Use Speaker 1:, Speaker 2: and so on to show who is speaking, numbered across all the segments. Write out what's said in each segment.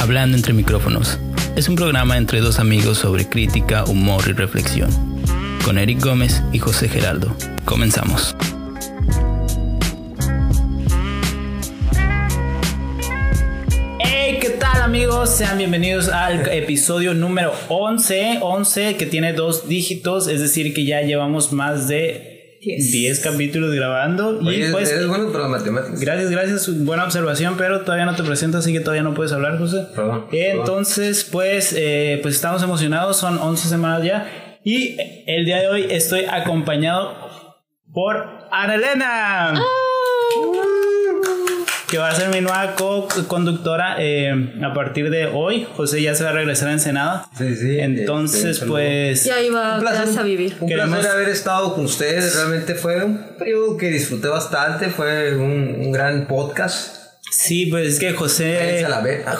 Speaker 1: Hablando entre micrófonos. Es un programa entre dos amigos sobre crítica, humor y reflexión. Con Eric Gómez y José Gerardo. Comenzamos.
Speaker 2: Hey, ¿qué tal amigos? Sean bienvenidos al episodio número 11, 11 que tiene dos dígitos, es decir que ya llevamos más de
Speaker 3: Diez.
Speaker 2: 10 capítulos grabando
Speaker 4: Oye,
Speaker 2: y pues
Speaker 4: eres bueno para las matemáticas.
Speaker 2: gracias, gracias, buena observación, pero todavía no te presentas, así que todavía no puedes hablar, José.
Speaker 4: Perdón,
Speaker 2: Entonces, pues eh, pues estamos emocionados, son 11 semanas ya y el día de hoy estoy acompañado por Ana Elena.
Speaker 3: ¡Ah!
Speaker 2: que va a ser mi nueva co-conductora eh, a partir de hoy. José ya se va a regresar a Ensenada.
Speaker 4: Sí, sí. Este, un
Speaker 2: Entonces,
Speaker 4: saludo.
Speaker 2: pues...
Speaker 3: Ya iba
Speaker 4: Un placer,
Speaker 3: a vivir.
Speaker 4: Un
Speaker 2: Queremos-
Speaker 4: placer haber estado con ustedes. Realmente fue un periodo que disfruté bastante. Fue un, un gran podcast.
Speaker 2: Sí, pues es que José...
Speaker 4: Váyanse a la verga.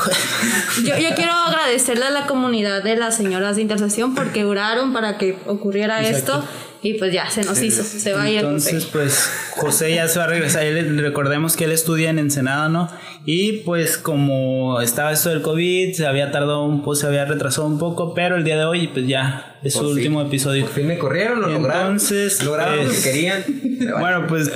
Speaker 3: Yo, yo quiero agradecerle a la comunidad de las señoras de intersección porque oraron para que ocurriera esto y pues ya se nos hizo, se va a ir.
Speaker 2: Entonces, pues José ya se va a regresar. Él- recordemos que él estudia en Ensenada, ¿no? Y pues como estaba esto del COVID, se había tardado un poco, se había retrasado un poco, pero el día de hoy, pues ya es su
Speaker 4: Por fin.
Speaker 2: último episodio.
Speaker 4: Por fin me corrieron, lo lograron.
Speaker 2: Entonces,
Speaker 4: lograron lo
Speaker 2: pues,
Speaker 4: que querían. Pero bueno,
Speaker 2: Bueno, pues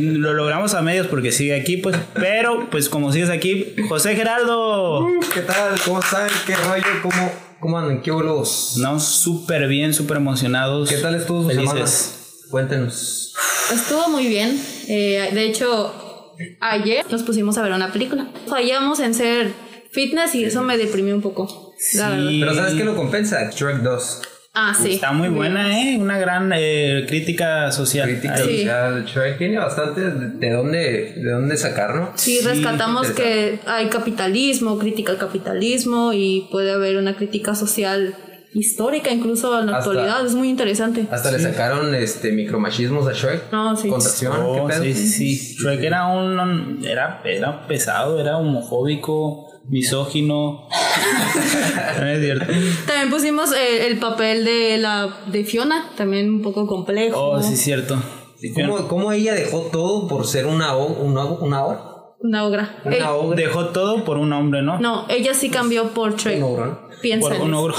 Speaker 2: lo logramos a medios porque sigue aquí, pues. Pero, pues como sigues aquí, José Geraldo.
Speaker 4: ¿Qué tal? ¿Cómo están? ¿Qué rollo? ¿Cómo, cómo andan? ¿Qué bolos?
Speaker 2: No, súper bien, súper emocionados.
Speaker 4: ¿Qué tal estuvo su
Speaker 2: Felices.
Speaker 4: semana? Cuéntenos.
Speaker 3: Estuvo muy bien. eh, de hecho, ayer nos pusimos a ver una película. Fallamos en ser fitness y eso me deprimió un poco. La
Speaker 2: Sí.
Speaker 3: verdad.
Speaker 4: Pero ¿sabes qué lo compensa? Shrek 2.
Speaker 3: Ah, sí.
Speaker 2: Está muy buena, ¿eh? Una gran eh, crítica social.
Speaker 4: Crítica
Speaker 2: Ahí.
Speaker 3: Sí.
Speaker 4: social. Shrek tiene bastante de, de dónde, de dónde sacar, ¿no?
Speaker 3: Sí, rescatamos que hay capitalismo, crítica al capitalismo y puede haber una crítica social histórica incluso en la
Speaker 4: Hasta-
Speaker 3: actualidad. Es muy interesante.
Speaker 4: Hasta le sacaron este micromachismos a Shrek.
Speaker 3: No, sí.
Speaker 4: Contracción,
Speaker 2: Oh,
Speaker 4: ¿qué pedo?
Speaker 2: sí, sí, sí. Shrek era un, un- era, era pesado, era homofóbico, misógino. no es cierto.
Speaker 3: También pusimos eh, el papel de la de Fiona, también un poco complejo.
Speaker 2: Oh, sí, es cierto.
Speaker 4: ¿Y ¿Cómo, cómo ella dejó todo por ser una o, una, o- una o-
Speaker 3: Una ogra.
Speaker 4: una
Speaker 3: Eh,
Speaker 4: ogre?
Speaker 2: Dejó todo por un hombre, ¿no?
Speaker 3: no, ella sí cambió por Trek.
Speaker 4: Un ogro, ¿no?
Speaker 3: Piensa.
Speaker 2: Por
Speaker 3: en
Speaker 2: un
Speaker 3: eso.
Speaker 2: ogro.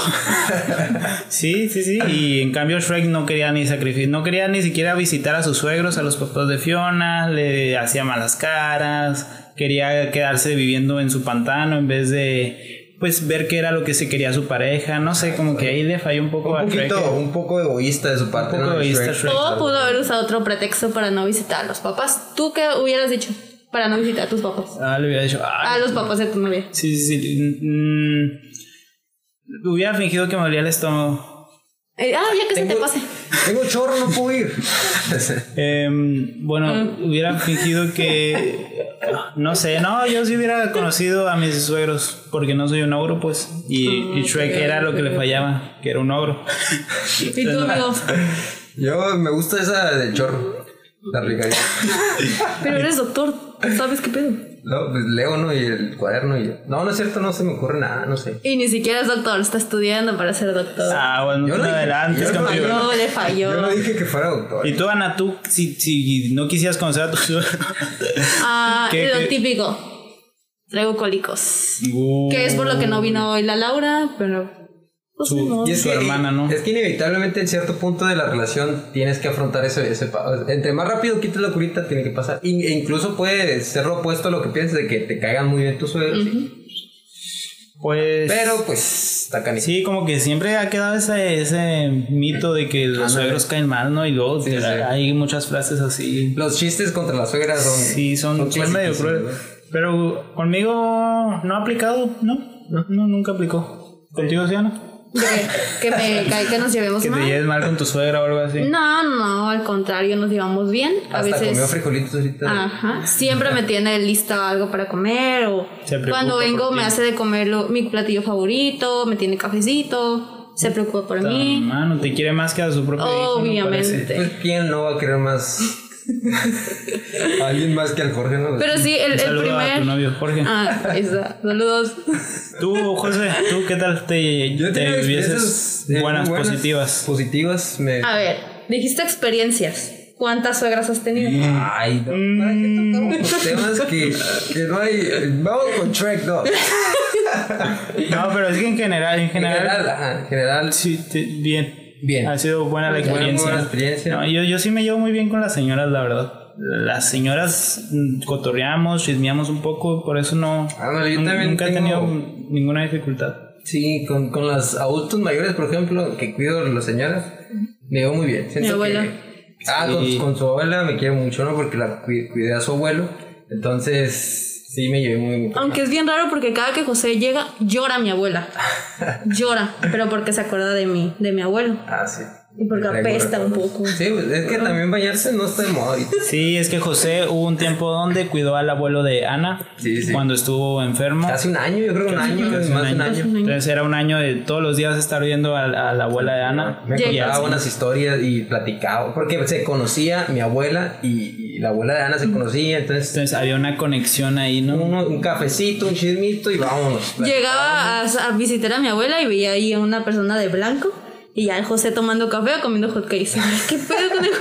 Speaker 2: sí, sí, sí. Y en cambio Shrek no quería ni sacrificar, no quería ni siquiera visitar a sus suegros, a los papás de Fiona, le hacía malas caras, quería quedarse viviendo en su pantano en vez de pues ver qué era lo que se quería su pareja, no sé, como que ahí le falló un poco
Speaker 4: Un
Speaker 2: a Shrek.
Speaker 4: poquito, un poco egoísta de su parte.
Speaker 2: poco
Speaker 4: ¿no? De
Speaker 2: egoísta Shrek.
Speaker 3: O pudo haber usado otro pretexto para no visitar a los papás. ¿Tú qué hubieras dicho para no visitar a tus papás?
Speaker 2: Ah, le hubiera dicho, "Ay,
Speaker 3: A los papás de tu novia.
Speaker 2: sí, sí, sí. mm, mm". hubiera fingido que me olía el estómago.
Speaker 3: Eh, ah, ya que se te
Speaker 4: Tengo-
Speaker 3: pase.
Speaker 4: Tengo chorro, no puedo ir.
Speaker 2: Em, bueno,
Speaker 3: Mm.
Speaker 2: hubiera fingido que. No sé, no, yo sí hubiera conocido a mis suegros, porque no soy un ogro, pues. Y,
Speaker 3: Ah,
Speaker 2: y Shrek era lo que le fallaba, que era un ogro.
Speaker 3: ¿Y tú, amigo?
Speaker 4: Yo me gusta esa del chorro. La rica.
Speaker 3: Pero eres doctor, ¿sabes qué pedo?
Speaker 4: No, pues leo, ¿no? Y el cuaderno y... No, no es cierto, no se me ocurre nada, no sé.
Speaker 3: Y ni siquiera es doctor, está estudiando para ser doctor.
Speaker 2: Ah, bueno,
Speaker 4: Yo
Speaker 2: tú
Speaker 4: lo
Speaker 2: te
Speaker 4: dije,
Speaker 2: adelantes,
Speaker 4: yo lo
Speaker 2: campeón.
Speaker 4: dije.
Speaker 3: Falló, le
Speaker 4: Yo no
Speaker 3: falló.
Speaker 4: dije que fuera doctor.
Speaker 2: Y tú, Ana, tú, si, si no quisieras conocer a tu suegro.
Speaker 3: Ah,
Speaker 2: ¿Qué-
Speaker 3: lo
Speaker 2: qué?
Speaker 3: típico. Traigo cólicos. Que es por lo que no vino hoy la Laura, pero. pues,
Speaker 2: Su-
Speaker 3: ni modo.
Speaker 2: y es- su hermana, ¿no?
Speaker 4: Es que inevitablemente en cierto punto de la relación tienes que afrontar ese, ese pa- o sea, Entre más rápido quites la curita, tiene que pasar. Y- e incluso puede ser lo opuesto a lo que piensas de que te caigan muy bien tus suegros. sí.
Speaker 2: Pues.
Speaker 4: Pero pues, está canijo.
Speaker 2: Sí, como que siempre ha quedado ese, ese mito de que los suegros caen mal, ¿no? Y luego
Speaker 4: Sí, sí.
Speaker 2: hay muchas frases así.
Speaker 4: Los chistes contra las suegras son.
Speaker 2: Sí, son, son
Speaker 4: clásicos,
Speaker 2: medio crueles.
Speaker 4: ¿no?
Speaker 2: Pero conmigo no ha aplicado, ¿no? No, nunca aplicó. ¿Contigo sí o no?
Speaker 3: de que, que me cae que nos llevemos
Speaker 2: Que te
Speaker 3: mal.
Speaker 2: lleves mal con tu suegra o algo así.
Speaker 3: No, no, al contrario, nos llevamos bien. A
Speaker 4: Hasta comió
Speaker 3: veces. Ah.
Speaker 4: frijolitos ahorita.
Speaker 3: Ajá. Siempre me tiene lista algo para comer o
Speaker 2: Se preocupa
Speaker 3: cuando vengo
Speaker 2: por
Speaker 3: me
Speaker 2: ti.
Speaker 3: hace de comer lo- mi platillo favorito, me tiene cafecito, se preocupa por mí.
Speaker 2: Ah, Mano, te quiere más que a su propio hijo. ¿no? Parece.
Speaker 3: Obviamente.
Speaker 4: Pues, ¿quién no va a querer más? a Alguien más que al Jorge, ¿no?
Speaker 3: Pero sí, el,
Speaker 2: Un
Speaker 3: el
Speaker 2: saludo a tu
Speaker 3: primer.
Speaker 2: novio, Jorge.
Speaker 3: Ah, esa. Saludos.
Speaker 2: Tú, José, ¿tú qué tal te,
Speaker 4: Yo he tenido
Speaker 2: te
Speaker 4: experiencias,
Speaker 2: vieses
Speaker 4: eh,
Speaker 2: buenas,
Speaker 4: muy
Speaker 2: positivas?
Speaker 4: Positivas, me.
Speaker 3: A ver, dijiste experiencias. ¿Cuántas suegras has tenido?
Speaker 4: Ay, no. ¿Para qué tocamos los temas que, que no hay? Vamos con Shrek 2.
Speaker 2: No, pero es que en general, en
Speaker 4: En
Speaker 2: general,
Speaker 4: general, ajá, en general,
Speaker 2: sí, te- bien.
Speaker 4: Bien.
Speaker 2: Ha sido buena la
Speaker 4: Buena, buena
Speaker 2: experiencia.
Speaker 4: experiencia.
Speaker 2: No, yo, yo sí me llevo muy bien con las señoras, la verdad. Las señoras mm, cotorreamos, chismeamos un poco, por eso no.
Speaker 4: Ah, no, yo
Speaker 2: nun-
Speaker 4: también
Speaker 2: nunca he tenido
Speaker 4: tengo-
Speaker 2: ninguna dificultad.
Speaker 4: sí, con, con las adultos mayores, por ejemplo, que cuido a las señoras, me llevo muy bien. Siento
Speaker 3: Mi abuela.
Speaker 4: que- ah,
Speaker 2: Sí.
Speaker 4: con, con su abuela me quiero mucho, ¿no? Porque la cui- cuidé a su abuelo, entonces sí me llevé muy bien.
Speaker 3: Aunque es bien raro porque cada que José llega, llora mi abuela. Llora, pero porque se acuerda de mí, de mi abuelo.
Speaker 4: Ah, sí.
Speaker 3: Y porque
Speaker 4: Traigo
Speaker 3: apesta un
Speaker 4: recuerdos.
Speaker 3: poco.
Speaker 4: Sí, pues, es que también bañarse no está de moda ahorita.
Speaker 2: Sí, es que José hubo un tiempo donde cuidó al abuelo de Ana
Speaker 4: Sí, sí.
Speaker 2: cuando estuvo enfermo.
Speaker 4: Casi un año, yo creo un año,
Speaker 2: casi un
Speaker 4: más de un
Speaker 2: año.
Speaker 4: año.
Speaker 2: Entonces era un año de todos los días estar viendo a, a la abuela de Ana.
Speaker 4: Me
Speaker 3: Sí.
Speaker 4: contaba
Speaker 2: así.
Speaker 4: buenas historias y platicaba, porque se conocía mi abuela y, y la abuela de Ana se conocía, entonces
Speaker 2: Entonces había una conexión ahí, ¿no?
Speaker 4: uno- un cafecito, un chismito y vámonos.
Speaker 3: Llegaba a, a visitar a mi abuela y veía ahí a una persona de blanco y ya el José tomando café o comiendo hotcakes. Ay, ¿Qué pedo con el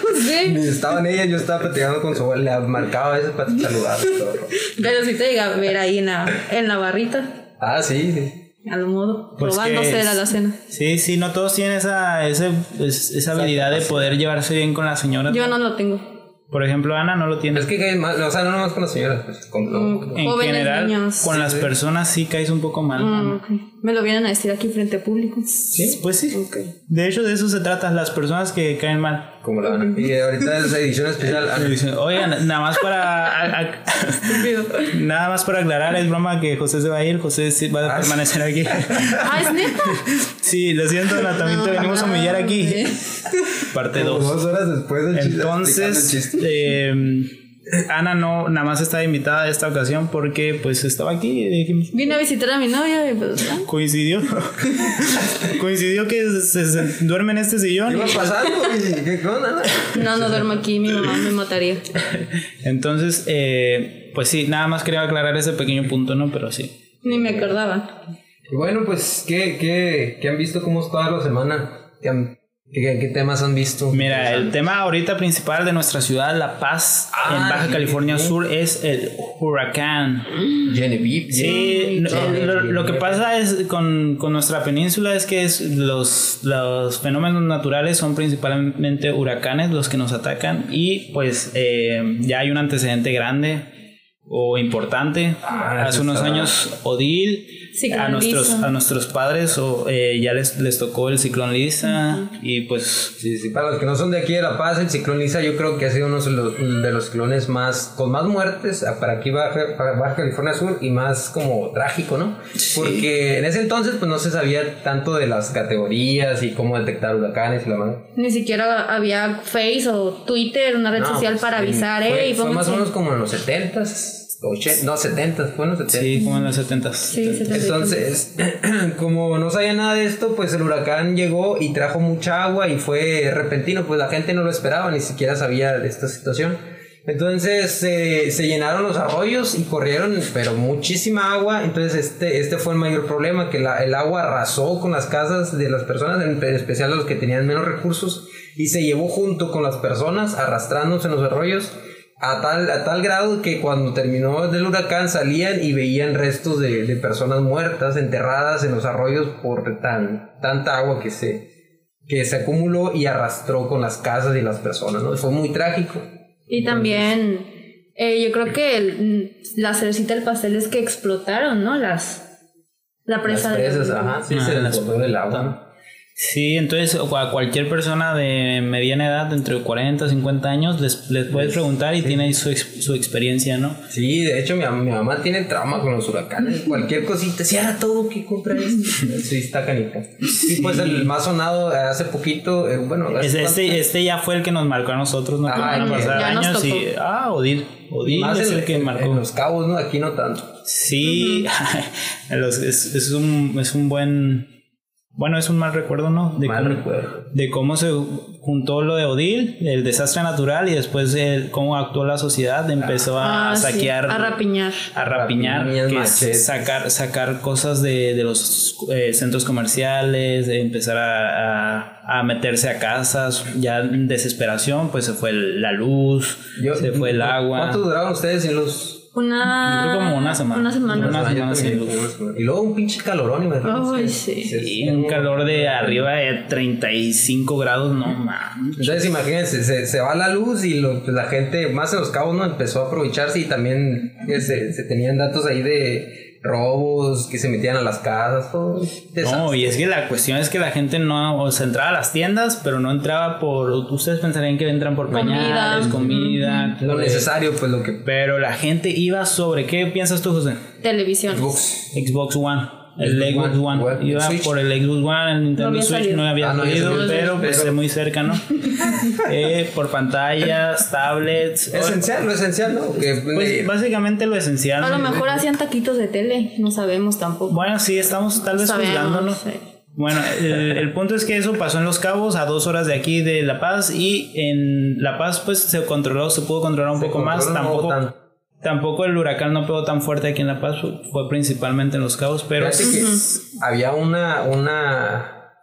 Speaker 3: José?
Speaker 4: Estaban ella, yo estaba platicando con su abuela, le marcaba a veces para saludar. y todo.
Speaker 3: Pero sí te llega a ver ahí en la, en la barrita,
Speaker 4: Ah, sí, sí.
Speaker 3: a lo modo,
Speaker 2: Pues
Speaker 3: robándose
Speaker 2: que-
Speaker 3: de la alacena.
Speaker 2: Sí, sí, no todos tienen esa, ese- es- esa habilidad de poder llevarse bien con la señora.
Speaker 3: Yo no lo tengo.
Speaker 2: Por ejemplo, Ana no lo tiene.
Speaker 4: Es que caes mal, o sea, no nomás con las señoras, pues, con todo.
Speaker 2: en
Speaker 3: Jóvenes,
Speaker 2: general,
Speaker 3: niños.
Speaker 2: con las personas sí caes un poco mal.
Speaker 3: Ah,
Speaker 2: Ana.
Speaker 3: ok. Me lo vienen a decir aquí frente a público.
Speaker 2: Sí, pues sí. De hecho, de eso se trata, las personas que caen mal.
Speaker 4: Como la Ana. Y ahorita es edición especial.
Speaker 2: Y
Speaker 4: Ana.
Speaker 2: dicen, Oigan, nada más para a- a- nada más para aclarar, es broma que José se va a ir, José sí va a
Speaker 4: Ah, sí.
Speaker 2: permanecer aquí.
Speaker 3: Ah, es neta.
Speaker 2: Sí, lo siento, Ana, también te venimos a humillar aquí.
Speaker 3: Ah,
Speaker 2: Parte
Speaker 4: Como
Speaker 2: 2.
Speaker 4: Dos horas después del chiste, explicando el
Speaker 2: Entonces,
Speaker 4: chiste.
Speaker 2: eh, Ana no nada más está invitada a esta ocasión porque pues estaba aquí y dijimos,
Speaker 3: ok. Vine a visitar a mi novia y pues. ah,
Speaker 2: coincidió. coincidió que se, se- duerme en este sillón.
Speaker 4: Iba pasando y qué con Ana.
Speaker 3: No, no duermo aquí, mi mamá me mataría.
Speaker 2: Entonces, eh, pues sí, nada más quería aclarar ese pequeño punto, ¿no? Pero sí.
Speaker 3: Ni me acordaba.
Speaker 4: Y bueno, pues, ¿qué, qué, qué han visto? ¿Cómo ha estado la semana? ¿Qué, han- qué, qué temas han visto?
Speaker 2: Mira, el tema ahorita principal de nuestra ciudad, La Paz, en
Speaker 4: Ah,
Speaker 2: Baja
Speaker 4: sí,
Speaker 2: California
Speaker 4: sí.
Speaker 2: Sur, es el huracán.
Speaker 4: Genevieve.
Speaker 2: Sí, no,
Speaker 4: Genevieve.
Speaker 2: lo, lo que pasa es con, con nuestra península es que es los, los fenómenos naturales son principalmente huracanes los que nos atacan y pues eh, ya hay un antecedente grande o importante.
Speaker 4: Ah,
Speaker 2: Hace
Speaker 4: eso
Speaker 2: unos
Speaker 4: está-
Speaker 2: años Odil a
Speaker 3: Ciclón
Speaker 2: nuestros
Speaker 3: Lisa.
Speaker 2: a nuestros padres o, eh, ya les, les tocó el ciclón Lisa y pues
Speaker 4: Sí, sí, para los que no son de aquí de La Paz, el ciclón Lisa yo creo que ha sido uno de los, de los ciclones más, con más muertes ah, para aquí Baja, para Baja California Sur y más como trágico, ¿no? Porque en ese entonces pues no se sabía tanto de las categorías y cómo detectar huracanes y la mano.
Speaker 3: Ni siquiera había Face o Twitter, una red
Speaker 4: No,
Speaker 3: social
Speaker 4: pues,
Speaker 3: para
Speaker 4: sí,
Speaker 3: avisar,
Speaker 4: fue,
Speaker 3: ¿eh? y
Speaker 4: fue más o
Speaker 3: pónganse-
Speaker 4: menos como en los 70s, 80, no, 70s, fue en los 70s.
Speaker 2: sí, como en los 70
Speaker 3: Sí, se te
Speaker 4: Entonces, como no sabía nada de esto, pues el huracán llegó y trajo mucha agua y fue repentino, pues la gente no lo esperaba, ni siquiera sabía de esta situación. Entonces eh, se llenaron los arroyos y corrieron, pero muchísima agua. Entonces este, este fue el mayor problema, que la- el agua arrasó con las casas de las personas, en especial los que tenían menos recursos, y se llevó junto con las personas arrastrándose en los arroyos a tal, a tal grado que cuando terminó el huracán salían y veían restos de, de personas muertas, enterradas en los arroyos por tan, tanta agua que se, que se acumuló y arrastró con las casas y las personas, ¿no? Fue muy trágico.
Speaker 3: Y también, eh, yo creo que el- mm, la cerecita del pastel es que explotaron, ¿no? Las. La presa
Speaker 4: las
Speaker 3: de-
Speaker 4: presas, ajá, sí,
Speaker 2: Ah,
Speaker 4: se
Speaker 2: las-
Speaker 4: desbordó el agua. ¿no?
Speaker 2: Sí, entonces o a cualquier persona de mediana edad, entre 40 y 50 años, les, les puedes preguntar y tiene ahí su, ex- su experiencia, ¿no?
Speaker 4: Sí, de hecho mi, mam- mi mamá tiene trauma con los huracanes. Cualquier cosita, cierra todo que compra esto. Sí, está canica. Y pues el más sonado eh, hace poquito, eh, bueno, hace
Speaker 2: Es-
Speaker 4: cuánto-
Speaker 2: este, este ya fue el que nos marcó a nosotros, ¿no? Que
Speaker 4: Ajá,
Speaker 2: van a
Speaker 4: que
Speaker 2: pasar
Speaker 3: ya nos
Speaker 2: años
Speaker 3: tocó.
Speaker 2: y. Ah, Odil. Odil
Speaker 4: más
Speaker 2: es
Speaker 4: en-
Speaker 2: el, que marcó.
Speaker 4: En los cabos, ¿no? Aquí no tanto.
Speaker 2: Sí, en los- es, es un, es un buen. Bueno, es un mal recuerdo, ¿no? De
Speaker 4: Mal
Speaker 2: cómo-
Speaker 4: recuerdo.
Speaker 2: De cómo se juntó lo de Odil, el desastre natural, y después el- cómo actuó la sociedad, empezó a
Speaker 3: Ah, sí,
Speaker 2: saquear.
Speaker 3: a rapiñar.
Speaker 2: a rapiñar,
Speaker 4: Rapiñas,
Speaker 2: que es
Speaker 4: machetes.
Speaker 2: sacar, sacar cosas de, de los eh, centros comerciales, de empezar a, a- a meterse a casas, ya en desesperación, pues se fue el- la luz, se fue el agua.
Speaker 4: ¿Cuánto duraron ustedes sin luz?
Speaker 3: Una.
Speaker 2: Yo creo como una semana.
Speaker 3: Una semana.
Speaker 2: Una-
Speaker 4: Yo
Speaker 2: Ah, no,
Speaker 4: también. Y luego un pinche calorón, imagínate.
Speaker 3: Ay, sí.
Speaker 2: Y un calor de arriba de 35 grados, no mames.
Speaker 4: Entonces imagínense, se, se va la luz y lo- pues, la gente, más en los cabos, ¿no? Empezó a aprovecharse y también eh, se, se tenían datos ahí de robos, que se metían a las casas, todo.
Speaker 2: No, y es que la cuestión es que la gente no, o sea, entraba a las tiendas, pero no entraba por, ustedes pensarían que entran por
Speaker 3: Comida.
Speaker 2: pañales, comida,
Speaker 4: lo
Speaker 2: todo eso.
Speaker 4: necesario, pues lo que...
Speaker 2: pero la gente iba sobre, ¿qué piensas tú, José?
Speaker 3: Televisión.
Speaker 2: pues,
Speaker 4: Xbox.
Speaker 2: Xbox One. El
Speaker 4: Xbox
Speaker 2: Xbox One.
Speaker 4: One, One,
Speaker 2: Iba
Speaker 4: Switch.
Speaker 2: por el Xbox One, el Nintendo
Speaker 3: había
Speaker 2: Switch
Speaker 3: salido.
Speaker 2: no había
Speaker 4: Ah, no había
Speaker 2: salido,
Speaker 4: salido.
Speaker 2: pero pues
Speaker 4: Pero-
Speaker 2: muy cerca, ¿no? Eh, por pantallas, tablets.
Speaker 4: Esencial, lo esencial, ¿no? Que,
Speaker 2: Pues básicamente lo esencial.
Speaker 3: A lo
Speaker 2: ¿no?
Speaker 3: mejor hacían taquitos de tele. No sabemos tampoco.
Speaker 2: Bueno, sí, estamos tal vez
Speaker 3: Sabemos,
Speaker 2: juzgándolo.
Speaker 3: sí.
Speaker 2: Bueno, el, el punto es que eso pasó en Los Cabos, a dos horas de aquí de La Paz, y en La Paz pues se controló, se pudo controlar un
Speaker 4: Se
Speaker 2: poco más,
Speaker 4: controló, no
Speaker 2: tampoco...
Speaker 4: tanto.
Speaker 2: Tampoco el huracán no pegó tan fuerte aquí en La Paz, fue- fue principalmente en Los Cabos, pero
Speaker 4: Fíjate que había una, una,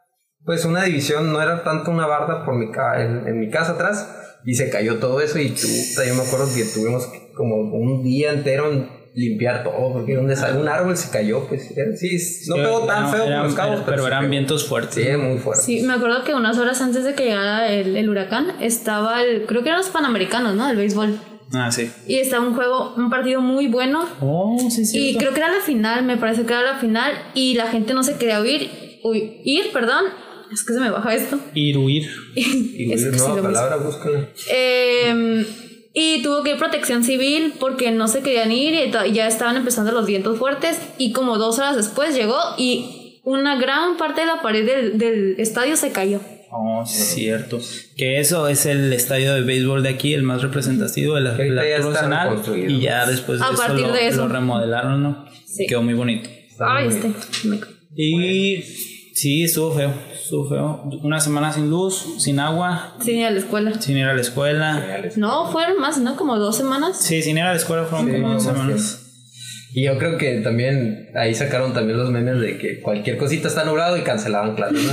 Speaker 4: pues una división, no era tanto una barda por mi ca- en, en mi casa atrás y se cayó todo eso y puta, yo me acuerdo que tuvimos como un día entero en limpiar todo porque donde salió un árbol se cayó, pues era- sí, no
Speaker 2: Pero
Speaker 4: pegó tan
Speaker 2: no,
Speaker 4: feo
Speaker 2: eran-
Speaker 4: como los cabos,
Speaker 2: pero,
Speaker 4: sí
Speaker 2: eran
Speaker 4: pegó.
Speaker 2: vientos fuertes.
Speaker 4: Sí, muy fuerte.
Speaker 3: Sí, me acuerdo que unas horas antes de que llegara el, el huracán estaba el, creo que eran los Panamericanos, ¿no? El béisbol.
Speaker 2: Ah, sí.
Speaker 3: Y estaba un juego, un partido muy bueno.
Speaker 2: Oh, sí,
Speaker 3: Y creo que era la final, me parece que era la final y la gente no se quería huir, uy, ir, perdón. Es que se me baja esto.
Speaker 2: Ir, huir.
Speaker 4: Y
Speaker 3: Es
Speaker 4: una
Speaker 3: que sí
Speaker 4: nueva
Speaker 3: lo
Speaker 4: palabra, búscala.
Speaker 3: Eh, y tuvo que ir protección civil porque no se querían ir y to- ya estaban empezando los vientos fuertes y como dos horas después llegó y una gran parte de la pared del, del estadio se cayó.
Speaker 2: Oh, sí, cierto. Que eso es el estadio de béisbol de aquí, el más representativo de la
Speaker 4: Que ahorita
Speaker 2: la
Speaker 4: ya
Speaker 2: Cruz
Speaker 4: está
Speaker 2: Nacional,
Speaker 4: reconstruido.
Speaker 2: Y ya después de
Speaker 3: A
Speaker 2: eso,
Speaker 3: partir
Speaker 2: lo,
Speaker 3: de eso.
Speaker 2: lo remodelaron, ¿no?
Speaker 3: Sí.
Speaker 2: Quedó muy bonito.
Speaker 4: Está
Speaker 3: Ay,
Speaker 4: muy
Speaker 3: este.
Speaker 4: bien.
Speaker 3: me-
Speaker 2: Y sí, estuvo feo. Estuvo feo. Una semana sin luz, sin agua,
Speaker 3: Sí, a la escuela.
Speaker 2: sin ir a la escuela.
Speaker 3: No, fueron más, ¿no? Como dos semanas.
Speaker 2: Sí, sin ir a la escuela fueron como dos
Speaker 4: más
Speaker 2: semanas.
Speaker 4: Y yo creo que también ahí sacaron también los memes de que cualquier cosita está nublado y cancelaban clases.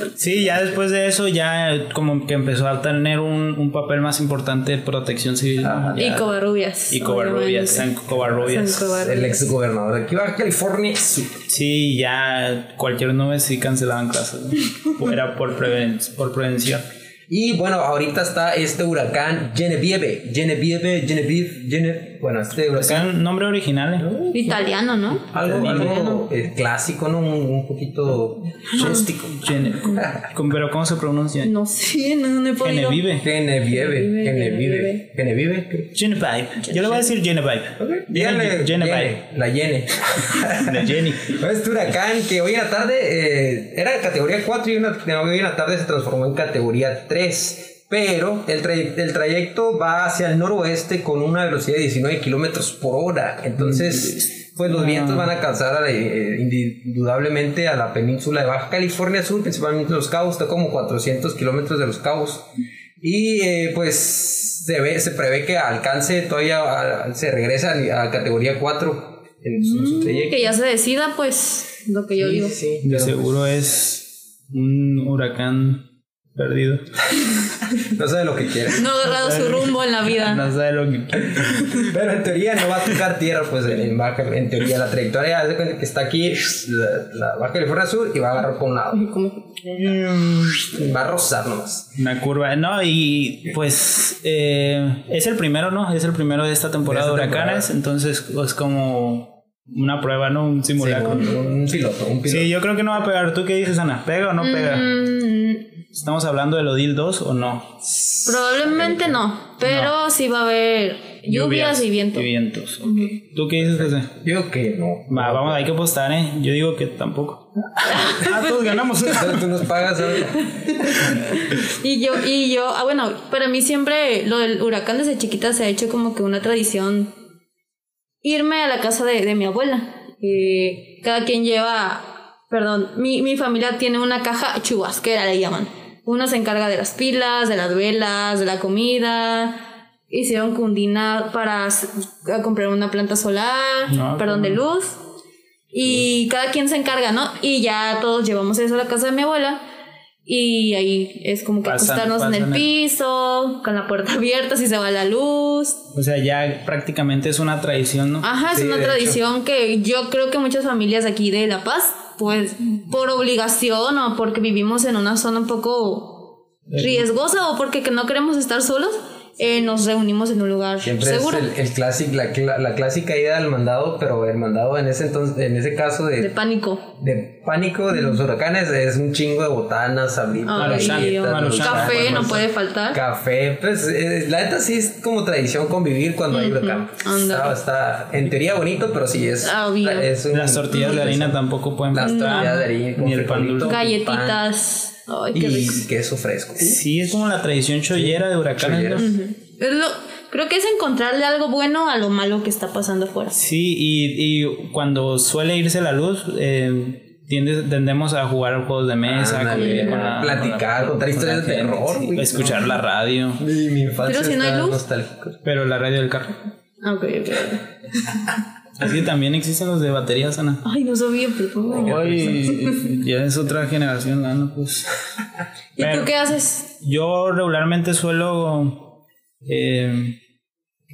Speaker 4: ¿no?
Speaker 2: Sí, ya después de eso, ya eh, como que empezó a tener un, un papel más importante de protección civil. ¿no?
Speaker 4: Ajá.
Speaker 2: Ya.
Speaker 3: Y Covarrubias.
Speaker 2: Y Covarrubias,
Speaker 3: obviamente.
Speaker 2: San Covarrubias.
Speaker 3: San Covarrubias.
Speaker 4: El ex gobernador de aquí Baja California Sur.
Speaker 2: Sí, ya cualquier nube sí cancelaban clases. ¿no? Era por, preven por prevención.
Speaker 4: Y bueno, ahorita está este huracán Genevieve. Genevieve, Genevieve, Gene... Bueno, este
Speaker 2: O
Speaker 4: huracán.
Speaker 2: sea, Pues nombre original. ¿eh?
Speaker 3: Italiano, ¿no?
Speaker 4: Algo, algo eh, clásico, ¿no? Un, un poquito rústico.
Speaker 2: Gene- con- Pero ¿cómo se pronuncia?
Speaker 3: No sé, no, no he podido.
Speaker 2: Genevieve.
Speaker 4: Genevieve, Genevieve.
Speaker 3: Genevieve.
Speaker 4: Genevieve. creo.
Speaker 2: Genevieve. Yo le voy a decir Genevieve.
Speaker 4: Viene,
Speaker 2: Gene- Genevieve.
Speaker 4: viene, La Gene.
Speaker 2: De Jenny.
Speaker 4: Este huracán que hoy en la tarde eh, era de categoría 4 y una- hoy en la tarde se transformó en categoría 3. Pero el, tray- el trayecto va hacia el noroeste con una velocidad de 19 kilómetros por hora. Entonces, pues los vientos van a alcanzar a la- eh, indudablemente a la península de Baja California Sur, principalmente Los Cabos, está como 400 kilómetros de Los Cabos. Y eh, pues se, ve, se prevé que alcance todavía, a- se regresa a, a categoría 4 en su-
Speaker 3: Mm,
Speaker 4: su trayecto.
Speaker 3: Que ya se decida, pues, lo que yo
Speaker 4: Sí,
Speaker 3: digo.
Speaker 4: sí, sí.
Speaker 2: De
Speaker 4: Pero,
Speaker 2: seguro es un huracán perdido.
Speaker 4: pues, No sabe lo que quiere.
Speaker 3: No ha agarrado su rumbo en la vida.
Speaker 2: No sabe lo que quiere.
Speaker 4: Pero en teoría no va a tocar tierra, pues en, en Baja- en teoría la trayectoria haz de cuenta que está aquí, la, la Baja California Sur, y va a agarrar por un lado.
Speaker 3: Como-
Speaker 4: Va a rozar nomás.
Speaker 2: Una curva. No, y pues eh, es el primero, ¿no? Es el primero de esta temporada de,
Speaker 4: De esta
Speaker 2: huracanes. Entonces es como una prueba, ¿no? Un
Speaker 4: Sí,
Speaker 2: simulacro.
Speaker 4: un, un piloto, un
Speaker 2: Sí,
Speaker 4: piloto.
Speaker 2: yo creo que no va a pegar. ¿Tú qué dices, Ana? ¿Pega o no pega?
Speaker 3: Mm,
Speaker 2: ¿Estamos hablando del Odil 2 o no?
Speaker 3: probablemente no, pero sí va a haber lluvias y viento.
Speaker 2: Y vientos. ok. ¿Tú qué dices, José?
Speaker 4: Yo que no.
Speaker 2: Va, vamos, hay que apostar, ¿eh? Yo digo que tampoco. ah, todos ganamos.
Speaker 4: Entonces, Tú nos pagas algo.
Speaker 3: Y yo, y yo, ah, bueno, para mí siempre lo del huracán desde chiquita se ha hecho como que una tradición irme a la casa de, de mi abuela. Eh, cada quien lleva, perdón, mi, mi familia tiene una caja chubasquera, le llaman. Uno se encarga de las pilas, de las velas, de la comida. Hicieron cundina para s- a comprar una planta solar,
Speaker 2: Ah,
Speaker 3: perdón, de
Speaker 2: qué
Speaker 3: luz. Y cada quien se encarga, ¿no? Y ya todos llevamos eso a la casa de mi abuela. Y ahí es como que
Speaker 2: Pasan-
Speaker 3: acostarnos en el
Speaker 2: pasan el-
Speaker 3: piso, con la puerta abierta si se va la luz.
Speaker 2: O sea, ya prácticamente es una tradición, ¿no?
Speaker 3: Ajá, es
Speaker 4: Sí,
Speaker 3: una
Speaker 4: de
Speaker 3: tradición que yo creo que muchas familias aquí de La Paz, pues por obligación o porque vivimos en una zona un poco
Speaker 2: Eh,
Speaker 3: riesgosa o porque que no queremos estar solos, eh, nos reunimos en un lugar
Speaker 4: Siempre
Speaker 3: seguro.
Speaker 4: es el, el clásico, la, cla- la clásica idea del mandado, pero el mandado en ese entonces, en ese caso de,
Speaker 3: De
Speaker 4: de,
Speaker 3: pánico.
Speaker 4: pánico de los huracanes es un chingo de botanas, sabritas,
Speaker 3: Ay,
Speaker 2: Maruchan,
Speaker 3: Dios.
Speaker 4: galletas,
Speaker 2: Maruchan.
Speaker 3: Ah, Café no
Speaker 2: Maruchan.
Speaker 3: puede faltar.
Speaker 4: Café, pues eh, la neta sí es como tradición convivir cuando hay huracán.
Speaker 3: ándale.
Speaker 4: Está, está en teoría bonito, pero sí es,
Speaker 3: Ah, obvio.
Speaker 4: es un-
Speaker 2: Las tortillas de harina tampoco pueden
Speaker 4: Las
Speaker 2: faltar.
Speaker 4: tortillas de harina con
Speaker 2: Ni el pan
Speaker 4: frijolito.
Speaker 2: dulce.
Speaker 3: Galletitas. Ay, qué rico.
Speaker 4: y queso fresco.
Speaker 2: Sí, es como la tradición chollera de huracanes. ¿no?
Speaker 4: Chollera.
Speaker 3: Es lo- creo que es encontrarle algo bueno a lo malo que está pasando afuera.
Speaker 2: Sí, y, y cuando suele irse la luz, eh, tiendes- tendemos a jugar juegos de mesa,
Speaker 4: Ándale,
Speaker 2: con- con la-
Speaker 4: platicar, contar historias de
Speaker 2: gente,
Speaker 4: terror,
Speaker 2: sí,
Speaker 4: güey,
Speaker 2: escuchar
Speaker 4: ¿no?
Speaker 2: la radio,
Speaker 4: Y mi infancia
Speaker 3: Pero si no hay
Speaker 4: está
Speaker 3: luz.
Speaker 4: nostálgica.
Speaker 2: pero la radio del carro.
Speaker 3: Ah, ok, ok.
Speaker 2: Así que también existen los de baterías, Ana.
Speaker 3: Ay, no sabía, pero
Speaker 2: Hoy ya es otra generación, Ana, pues.
Speaker 3: ¿Y
Speaker 2: Pero-
Speaker 3: tú qué haces?
Speaker 2: Yo regularmente suelo eh,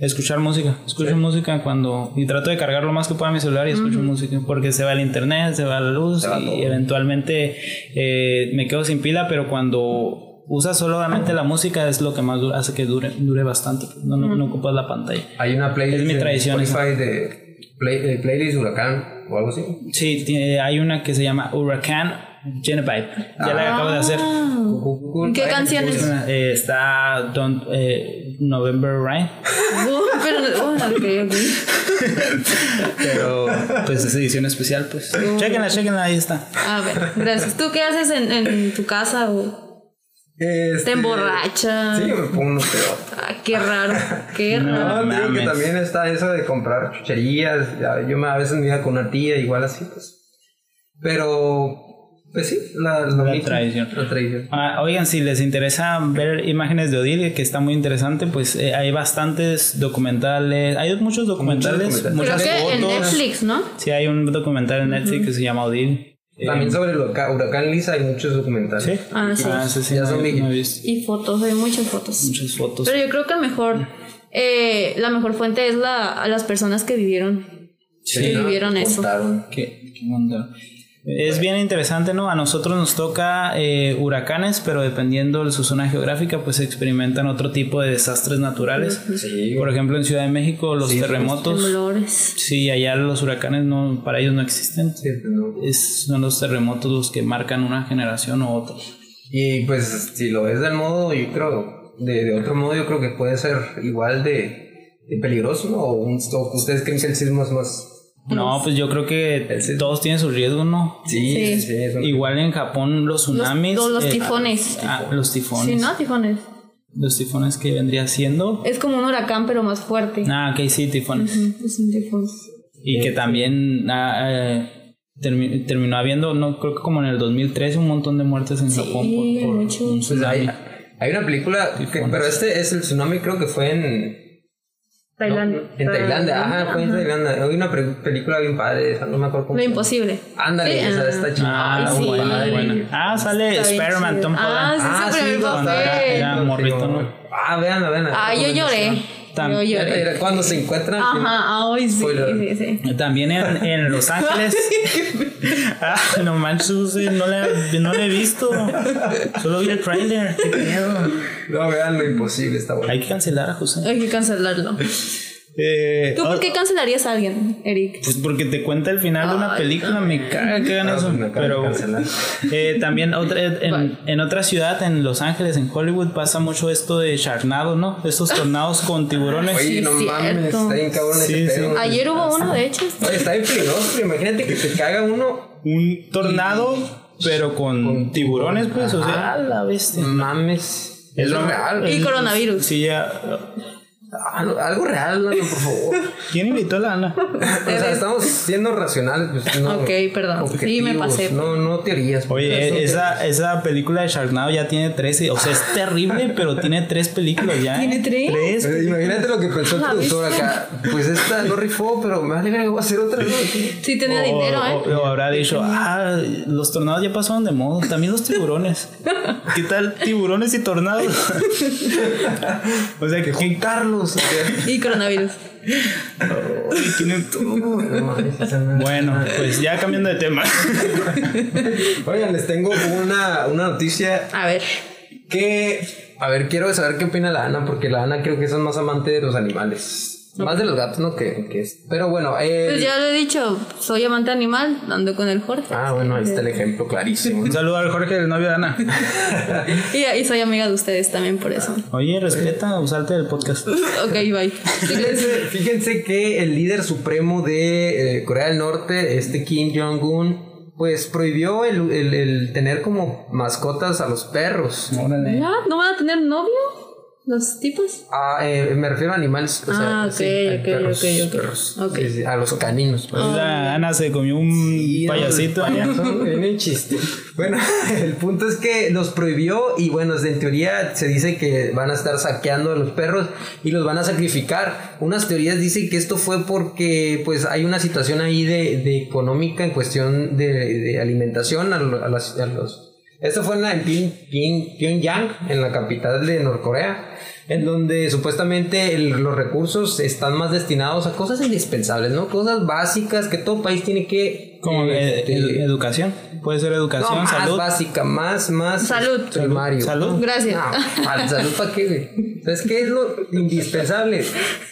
Speaker 2: escuchar música. Escucho música cuando. Y trato de cargar lo más que pueda mi celular y escucho música. Porque se va el internet, se va la luz
Speaker 4: Se va
Speaker 2: y
Speaker 4: todo.
Speaker 2: eventualmente eh, me quedo sin pila. Pero cuando usas solamente la música es lo que más dura- hace que dure, dure bastante. pues, No, no, no ocupas la pantalla.
Speaker 4: Hay una playlist
Speaker 2: Es mi
Speaker 4: en
Speaker 2: tradición esa.
Speaker 4: Spotify de, play- de playlist huracán o algo así.
Speaker 2: Sí, tiene- hay una que se llama Huracán Genevieve. Ya la acabo de hacer.
Speaker 3: ¿Qué
Speaker 2: Es
Speaker 3: canciones?
Speaker 2: una- eh, está Don't, eh, November Rain.
Speaker 3: Oh, pero, oh, ok, ok.
Speaker 2: Pero pues es edición especial, pues. Chequenla, chequenla, ahí está.
Speaker 3: A ver, gracias. ¿Tú qué haces en, en tu casa? o
Speaker 4: Este,
Speaker 3: ¿Te emborrachas?
Speaker 4: Sí, me pongo unos pedos.
Speaker 3: Ah, qué raro, qué raro.
Speaker 4: No,
Speaker 2: No
Speaker 4: digo que
Speaker 2: mames.
Speaker 4: también está eso de comprar chucherías. ya, yo me, a veces me iba con una tía, igual así, pues. Pero, pues sí, la, lo
Speaker 2: La
Speaker 4: mismo,
Speaker 2: tradición.
Speaker 4: La tradición.
Speaker 2: Ah, oigan, si les interesa ver imágenes de Odile, que está muy interesante, pues eh, hay bastantes documentales. Hay muchos documentales,
Speaker 4: Muchos documentales.
Speaker 3: Creo
Speaker 2: muchas
Speaker 3: que en
Speaker 2: fotos.
Speaker 3: Netflix, ¿no?
Speaker 2: Sí, hay un documental en Netflix que se llama Odile. Eh,
Speaker 4: También sobre el huraca- huracán Lisa hay muchos documentales.
Speaker 2: ¿Sí?
Speaker 3: Ah, sí.
Speaker 2: ese sí,
Speaker 4: Ya
Speaker 2: no,
Speaker 4: son
Speaker 2: he-
Speaker 4: mi-
Speaker 2: no he visto
Speaker 3: Y fotos, hay muchas fotos.
Speaker 2: muchas fotos.
Speaker 3: Pero yo creo que mejor, eh, la mejor fuente es la, a las personas que vivieron.
Speaker 4: Sí,
Speaker 3: que
Speaker 4: ¿no?
Speaker 3: vivieron eso.
Speaker 4: Contaron.
Speaker 2: Qué- qué onda. Es bien interesante, ¿no? A nosotros nos toca eh, huracanes, pero dependiendo de su zona geográfica, pues experimentan otro tipo de desastres naturales.
Speaker 4: Pues Sí,
Speaker 2: Por ejemplo, en Ciudad de México, los
Speaker 4: Sí, pues,
Speaker 2: terremotos.
Speaker 3: Temblores.
Speaker 2: sí, allá los huracanes no, para ellos no existen.
Speaker 4: sí, pues, no.
Speaker 2: Es- son los terremotos los que marcan una generación u otra.
Speaker 4: Y pues si lo ves del modo, yo creo, de, de otro modo, yo creo que puede ser igual de, de peligroso, ¿no? O, un- o ustedes creen que el sismo es más...
Speaker 2: No, pues yo creo que
Speaker 4: Ese-
Speaker 2: todos tienen sus riesgos, ¿no?
Speaker 4: Sí,
Speaker 3: Sí.
Speaker 4: sí, sí, es un-
Speaker 2: Igual en Japón los tsunamis.
Speaker 3: los- los
Speaker 2: eh,
Speaker 3: tifones.
Speaker 2: ah, los tifones.
Speaker 3: Sí, ¿no? Tifones.
Speaker 2: Los tifones que vendría siendo.
Speaker 3: Es como un huracán, pero más fuerte.
Speaker 2: Ah, ok, sí, tifones.
Speaker 3: Es un tifón.
Speaker 2: Y que también ah, eh, termi- terminó habiendo, no creo que como en el 2013, un montón de muertes en Japón por, por
Speaker 3: mucho.
Speaker 2: un
Speaker 4: Pues
Speaker 2: tsunami.
Speaker 4: hay, hay una película, que- pero este es el tsunami, creo que fue en,
Speaker 3: Tailandia.
Speaker 4: en Tailandia. Ajá, fue en Tailandia. Hay una pre- película bien padre, esa, no me acuerdo cómo.
Speaker 3: Ah, Lo
Speaker 4: se llama.
Speaker 3: imposible.
Speaker 4: Ándale,
Speaker 3: Sí,
Speaker 4: esa
Speaker 3: ah.
Speaker 4: está chingada.
Speaker 2: Ah,
Speaker 3: Ay, sí.
Speaker 2: buena, buena. Ah, sale
Speaker 3: Está bien
Speaker 2: Spider-Man,
Speaker 3: chido.
Speaker 2: Tom
Speaker 3: Ah,
Speaker 2: Holland.
Speaker 3: sí, su primer
Speaker 2: cuando
Speaker 3: papel.
Speaker 2: era- era morrito, ¿no?
Speaker 4: Ah, vean, vean.
Speaker 3: Ah, yo lloré.
Speaker 2: Tan-
Speaker 3: Yo lloré.
Speaker 4: Era Cuando se encuentran.
Speaker 3: Ajá, ay, sí, sí,
Speaker 4: Spoiler.
Speaker 3: sí.
Speaker 2: También en, en Los Ángeles. ah, no manches, Susi, no le, no le he visto. Solo vi el trailer. Qué miedo.
Speaker 4: No, vean lo imposible, está bueno.
Speaker 2: Hay que cancelar a José.
Speaker 3: Hay que cancelarlo.
Speaker 2: Eh,
Speaker 3: ¿Tú
Speaker 2: oh,
Speaker 3: por qué cancelarías a alguien, Eric?
Speaker 2: Pues porque te cuenta el final de una película, me caga que hagan
Speaker 4: Ah,
Speaker 2: eso.
Speaker 4: pues me acaban de
Speaker 2: Pero
Speaker 4: cancelar.
Speaker 2: eh, también otra- eh,
Speaker 3: Bye.
Speaker 2: en, en otra ciudad, en Los Ángeles, en Hollywood, pasa mucho esto de charnado, ¿no? Estos tornados con tiburones.
Speaker 4: Oye,
Speaker 3: Sí,
Speaker 4: no mames,
Speaker 3: cierto.
Speaker 4: está bien cabrón
Speaker 2: Sí,
Speaker 4: ese
Speaker 2: sí.
Speaker 4: pedo.
Speaker 3: Ayer hubo uno, de hecho.
Speaker 4: Oye, está bien peligroso, pero imagínate que te caga uno.
Speaker 2: Un tornado, pero con,
Speaker 4: Con
Speaker 2: tiburones, pues, o sea,
Speaker 4: Ajá.
Speaker 2: a la bestia.
Speaker 4: Mames. Es lo real.
Speaker 3: Y coronavirus.
Speaker 2: Sí, ya.
Speaker 4: Algo, algo real, Lalo, por favor.
Speaker 2: ¿Quién invitó a la Ana?
Speaker 4: o sea, estamos siendo racionales. Pues, no,
Speaker 3: Ok, perdón. Sí,
Speaker 4: objetivos,
Speaker 3: me pasé.
Speaker 4: No, no teorías.
Speaker 2: Oye,
Speaker 4: Son
Speaker 2: e-
Speaker 4: teorías.
Speaker 2: esa, esa película de Sharknado ya tiene 13. O sea, es terrible, pero tiene tres películas ya. ¿eh?
Speaker 3: ¿Tiene tres?
Speaker 4: Eh, Imagínate lo que pensó el
Speaker 3: Ah, ¿viste?
Speaker 4: productor acá. Pues esta no rifó, pero me vale verga, voy a hacer otra. ¿no? Oh,
Speaker 3: Sí tenía
Speaker 2: O-
Speaker 3: dinero, ¿eh?
Speaker 2: o- o habrá dicho, ah, los tornados ya pasaron de moda. También los tiburones. ¿Qué tal tiburones y tornados? o sea, que
Speaker 4: Juntarlos. o sea.
Speaker 3: Y coronavirus.
Speaker 2: Ay, tienen todo.
Speaker 4: No mames, esa no-
Speaker 2: Bueno, pues ya cambiando de tema.
Speaker 4: Oigan, les tengo una, una noticia
Speaker 3: A ver.
Speaker 4: que. A ver, quiero saber qué opina la Ana, porque la Ana creo que es más amante de los animales. Más de los gatos, ¿no? Que, que es. Pero bueno, eh.
Speaker 3: Pues ya lo he dicho, soy amante animal, ando con el Jorge.
Speaker 4: Ah, bueno, ahí está el ejemplo clarísimo.
Speaker 2: Un saludo al Jorge, el novio de Ana.
Speaker 3: Y, y soy amiga de ustedes también por eso.
Speaker 2: Oye, respeta, salte del podcast.
Speaker 3: Ok, bye.
Speaker 4: Fíjense, fíjense que el líder supremo de eh, Corea del Norte, este Kim Jong-un, pues prohibió el, el- el tener como mascotas a los perros.
Speaker 2: Órale.
Speaker 3: ¿Ya? ¿No van a tener novio? ¿Los tipos?
Speaker 4: Ah, eh, me refiero a animales. o sea,
Speaker 3: Ah, ok,
Speaker 4: hay
Speaker 3: ok,
Speaker 4: perros,
Speaker 3: ok, ok.
Speaker 4: perros.
Speaker 3: Ok.
Speaker 4: Sí, sí, a los caninos. pues.
Speaker 2: La Ana se comió un payasito.
Speaker 4: Payaso, güey, ni chiste. Bueno, el punto es que los prohibió y bueno, en teoría se dice que van a estar saqueando a los perros y los van a sacrificar. Unas teorías dicen que esto fue porque pues hay una situación ahí de, de económica en cuestión de, de alimentación a, lo- a las- a los... Esto fue en, la- en Pyong- Pyong- Pyongyang, en la capital de Norcorea, en donde supuestamente el- los recursos están más destinados a cosas indispensables, ¿no? Cosas básicas que todo país tiene que
Speaker 2: Como eh,
Speaker 4: este,
Speaker 2: edu- educación. Puede ser educación,
Speaker 4: no, más
Speaker 2: salud.
Speaker 4: básica, más, más
Speaker 3: Salud.
Speaker 4: este, primario.
Speaker 2: Salud.
Speaker 3: Gracias.
Speaker 4: No, para- salud para qué, güey. ¿Sabes qué es lo indispensable?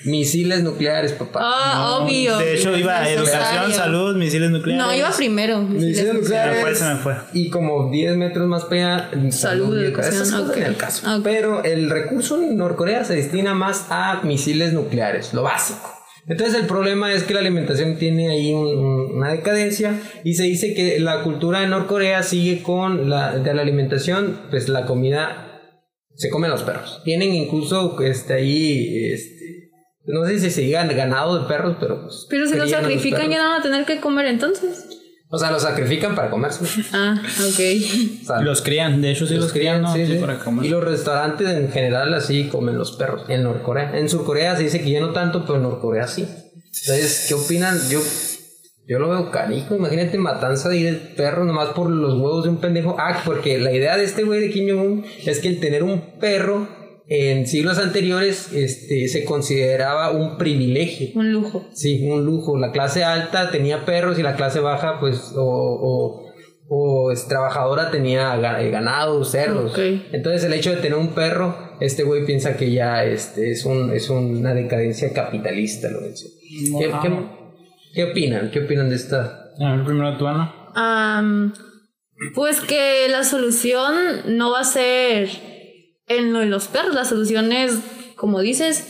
Speaker 4: Misiles nucleares, papá.
Speaker 3: Ah, obvio.
Speaker 2: De hecho, iba a
Speaker 3: Necesario.
Speaker 2: educación, salud, misiles nucleares.
Speaker 3: No, iba primero.
Speaker 4: Misiles
Speaker 2: Se me
Speaker 4: nucleares.
Speaker 2: fue, se me fue.
Speaker 4: Y como 10 metros más para allá,
Speaker 3: Salud, educación,
Speaker 4: Esas cosas
Speaker 3: ok.
Speaker 4: en el caso.
Speaker 3: Ok.
Speaker 4: Pero el recurso en Norcorea se destina más a misiles nucleares, lo básico. Entonces el problema es que la alimentación tiene ahí un- un- una decadencia y se dice que la cultura de Norcorea sigue con la de la alimentación, pues la comida se come a los perros. Tienen incluso este ahí este no sé si se digan ganado de perros, pero pues
Speaker 3: Pero si lo
Speaker 4: crían a los
Speaker 3: sacrifican ya
Speaker 4: perros.
Speaker 3: no van a tener que comer entonces.
Speaker 4: O sea, lo sacrifican para comerse.
Speaker 3: Ah, ok.
Speaker 4: O sea,
Speaker 2: Y Los crían, de hecho sí los, crían, ¿no?
Speaker 4: sí,
Speaker 2: Sí,
Speaker 4: sí.
Speaker 2: para comer.
Speaker 4: Y los restaurantes en general así comen los perros en Norcorea. En Surcorea se dice que ya no tanto, pero en Norcorea sí. Entonces, ¿qué opinan? Yo, yo lo veo canijo. Imagínate matanza ahí de perro nomás por los huevos de un pendejo. Ah, porque la idea de este güey de Kim Jong-un es que el tener un perro en siglos anteriores este, se consideraba un privilegio.
Speaker 3: Un lujo.
Speaker 4: Sí, un lujo. La clase alta tenía perros y la clase baja, pues, o, o, o es trabajadora tenía ga- eh, ganado, cerdos.
Speaker 3: Ok.
Speaker 4: Entonces, el hecho de tener un perro, este güey piensa que ya este, es, un, es una decadencia capitalista, lo dice. ¿Qué, qué, qué opinan? ¿Qué opinan de esta?
Speaker 2: A ver, primero tú, Ana.
Speaker 3: Am, pues que la solución no va a ser en, lo de los perros, la solución es, como dices,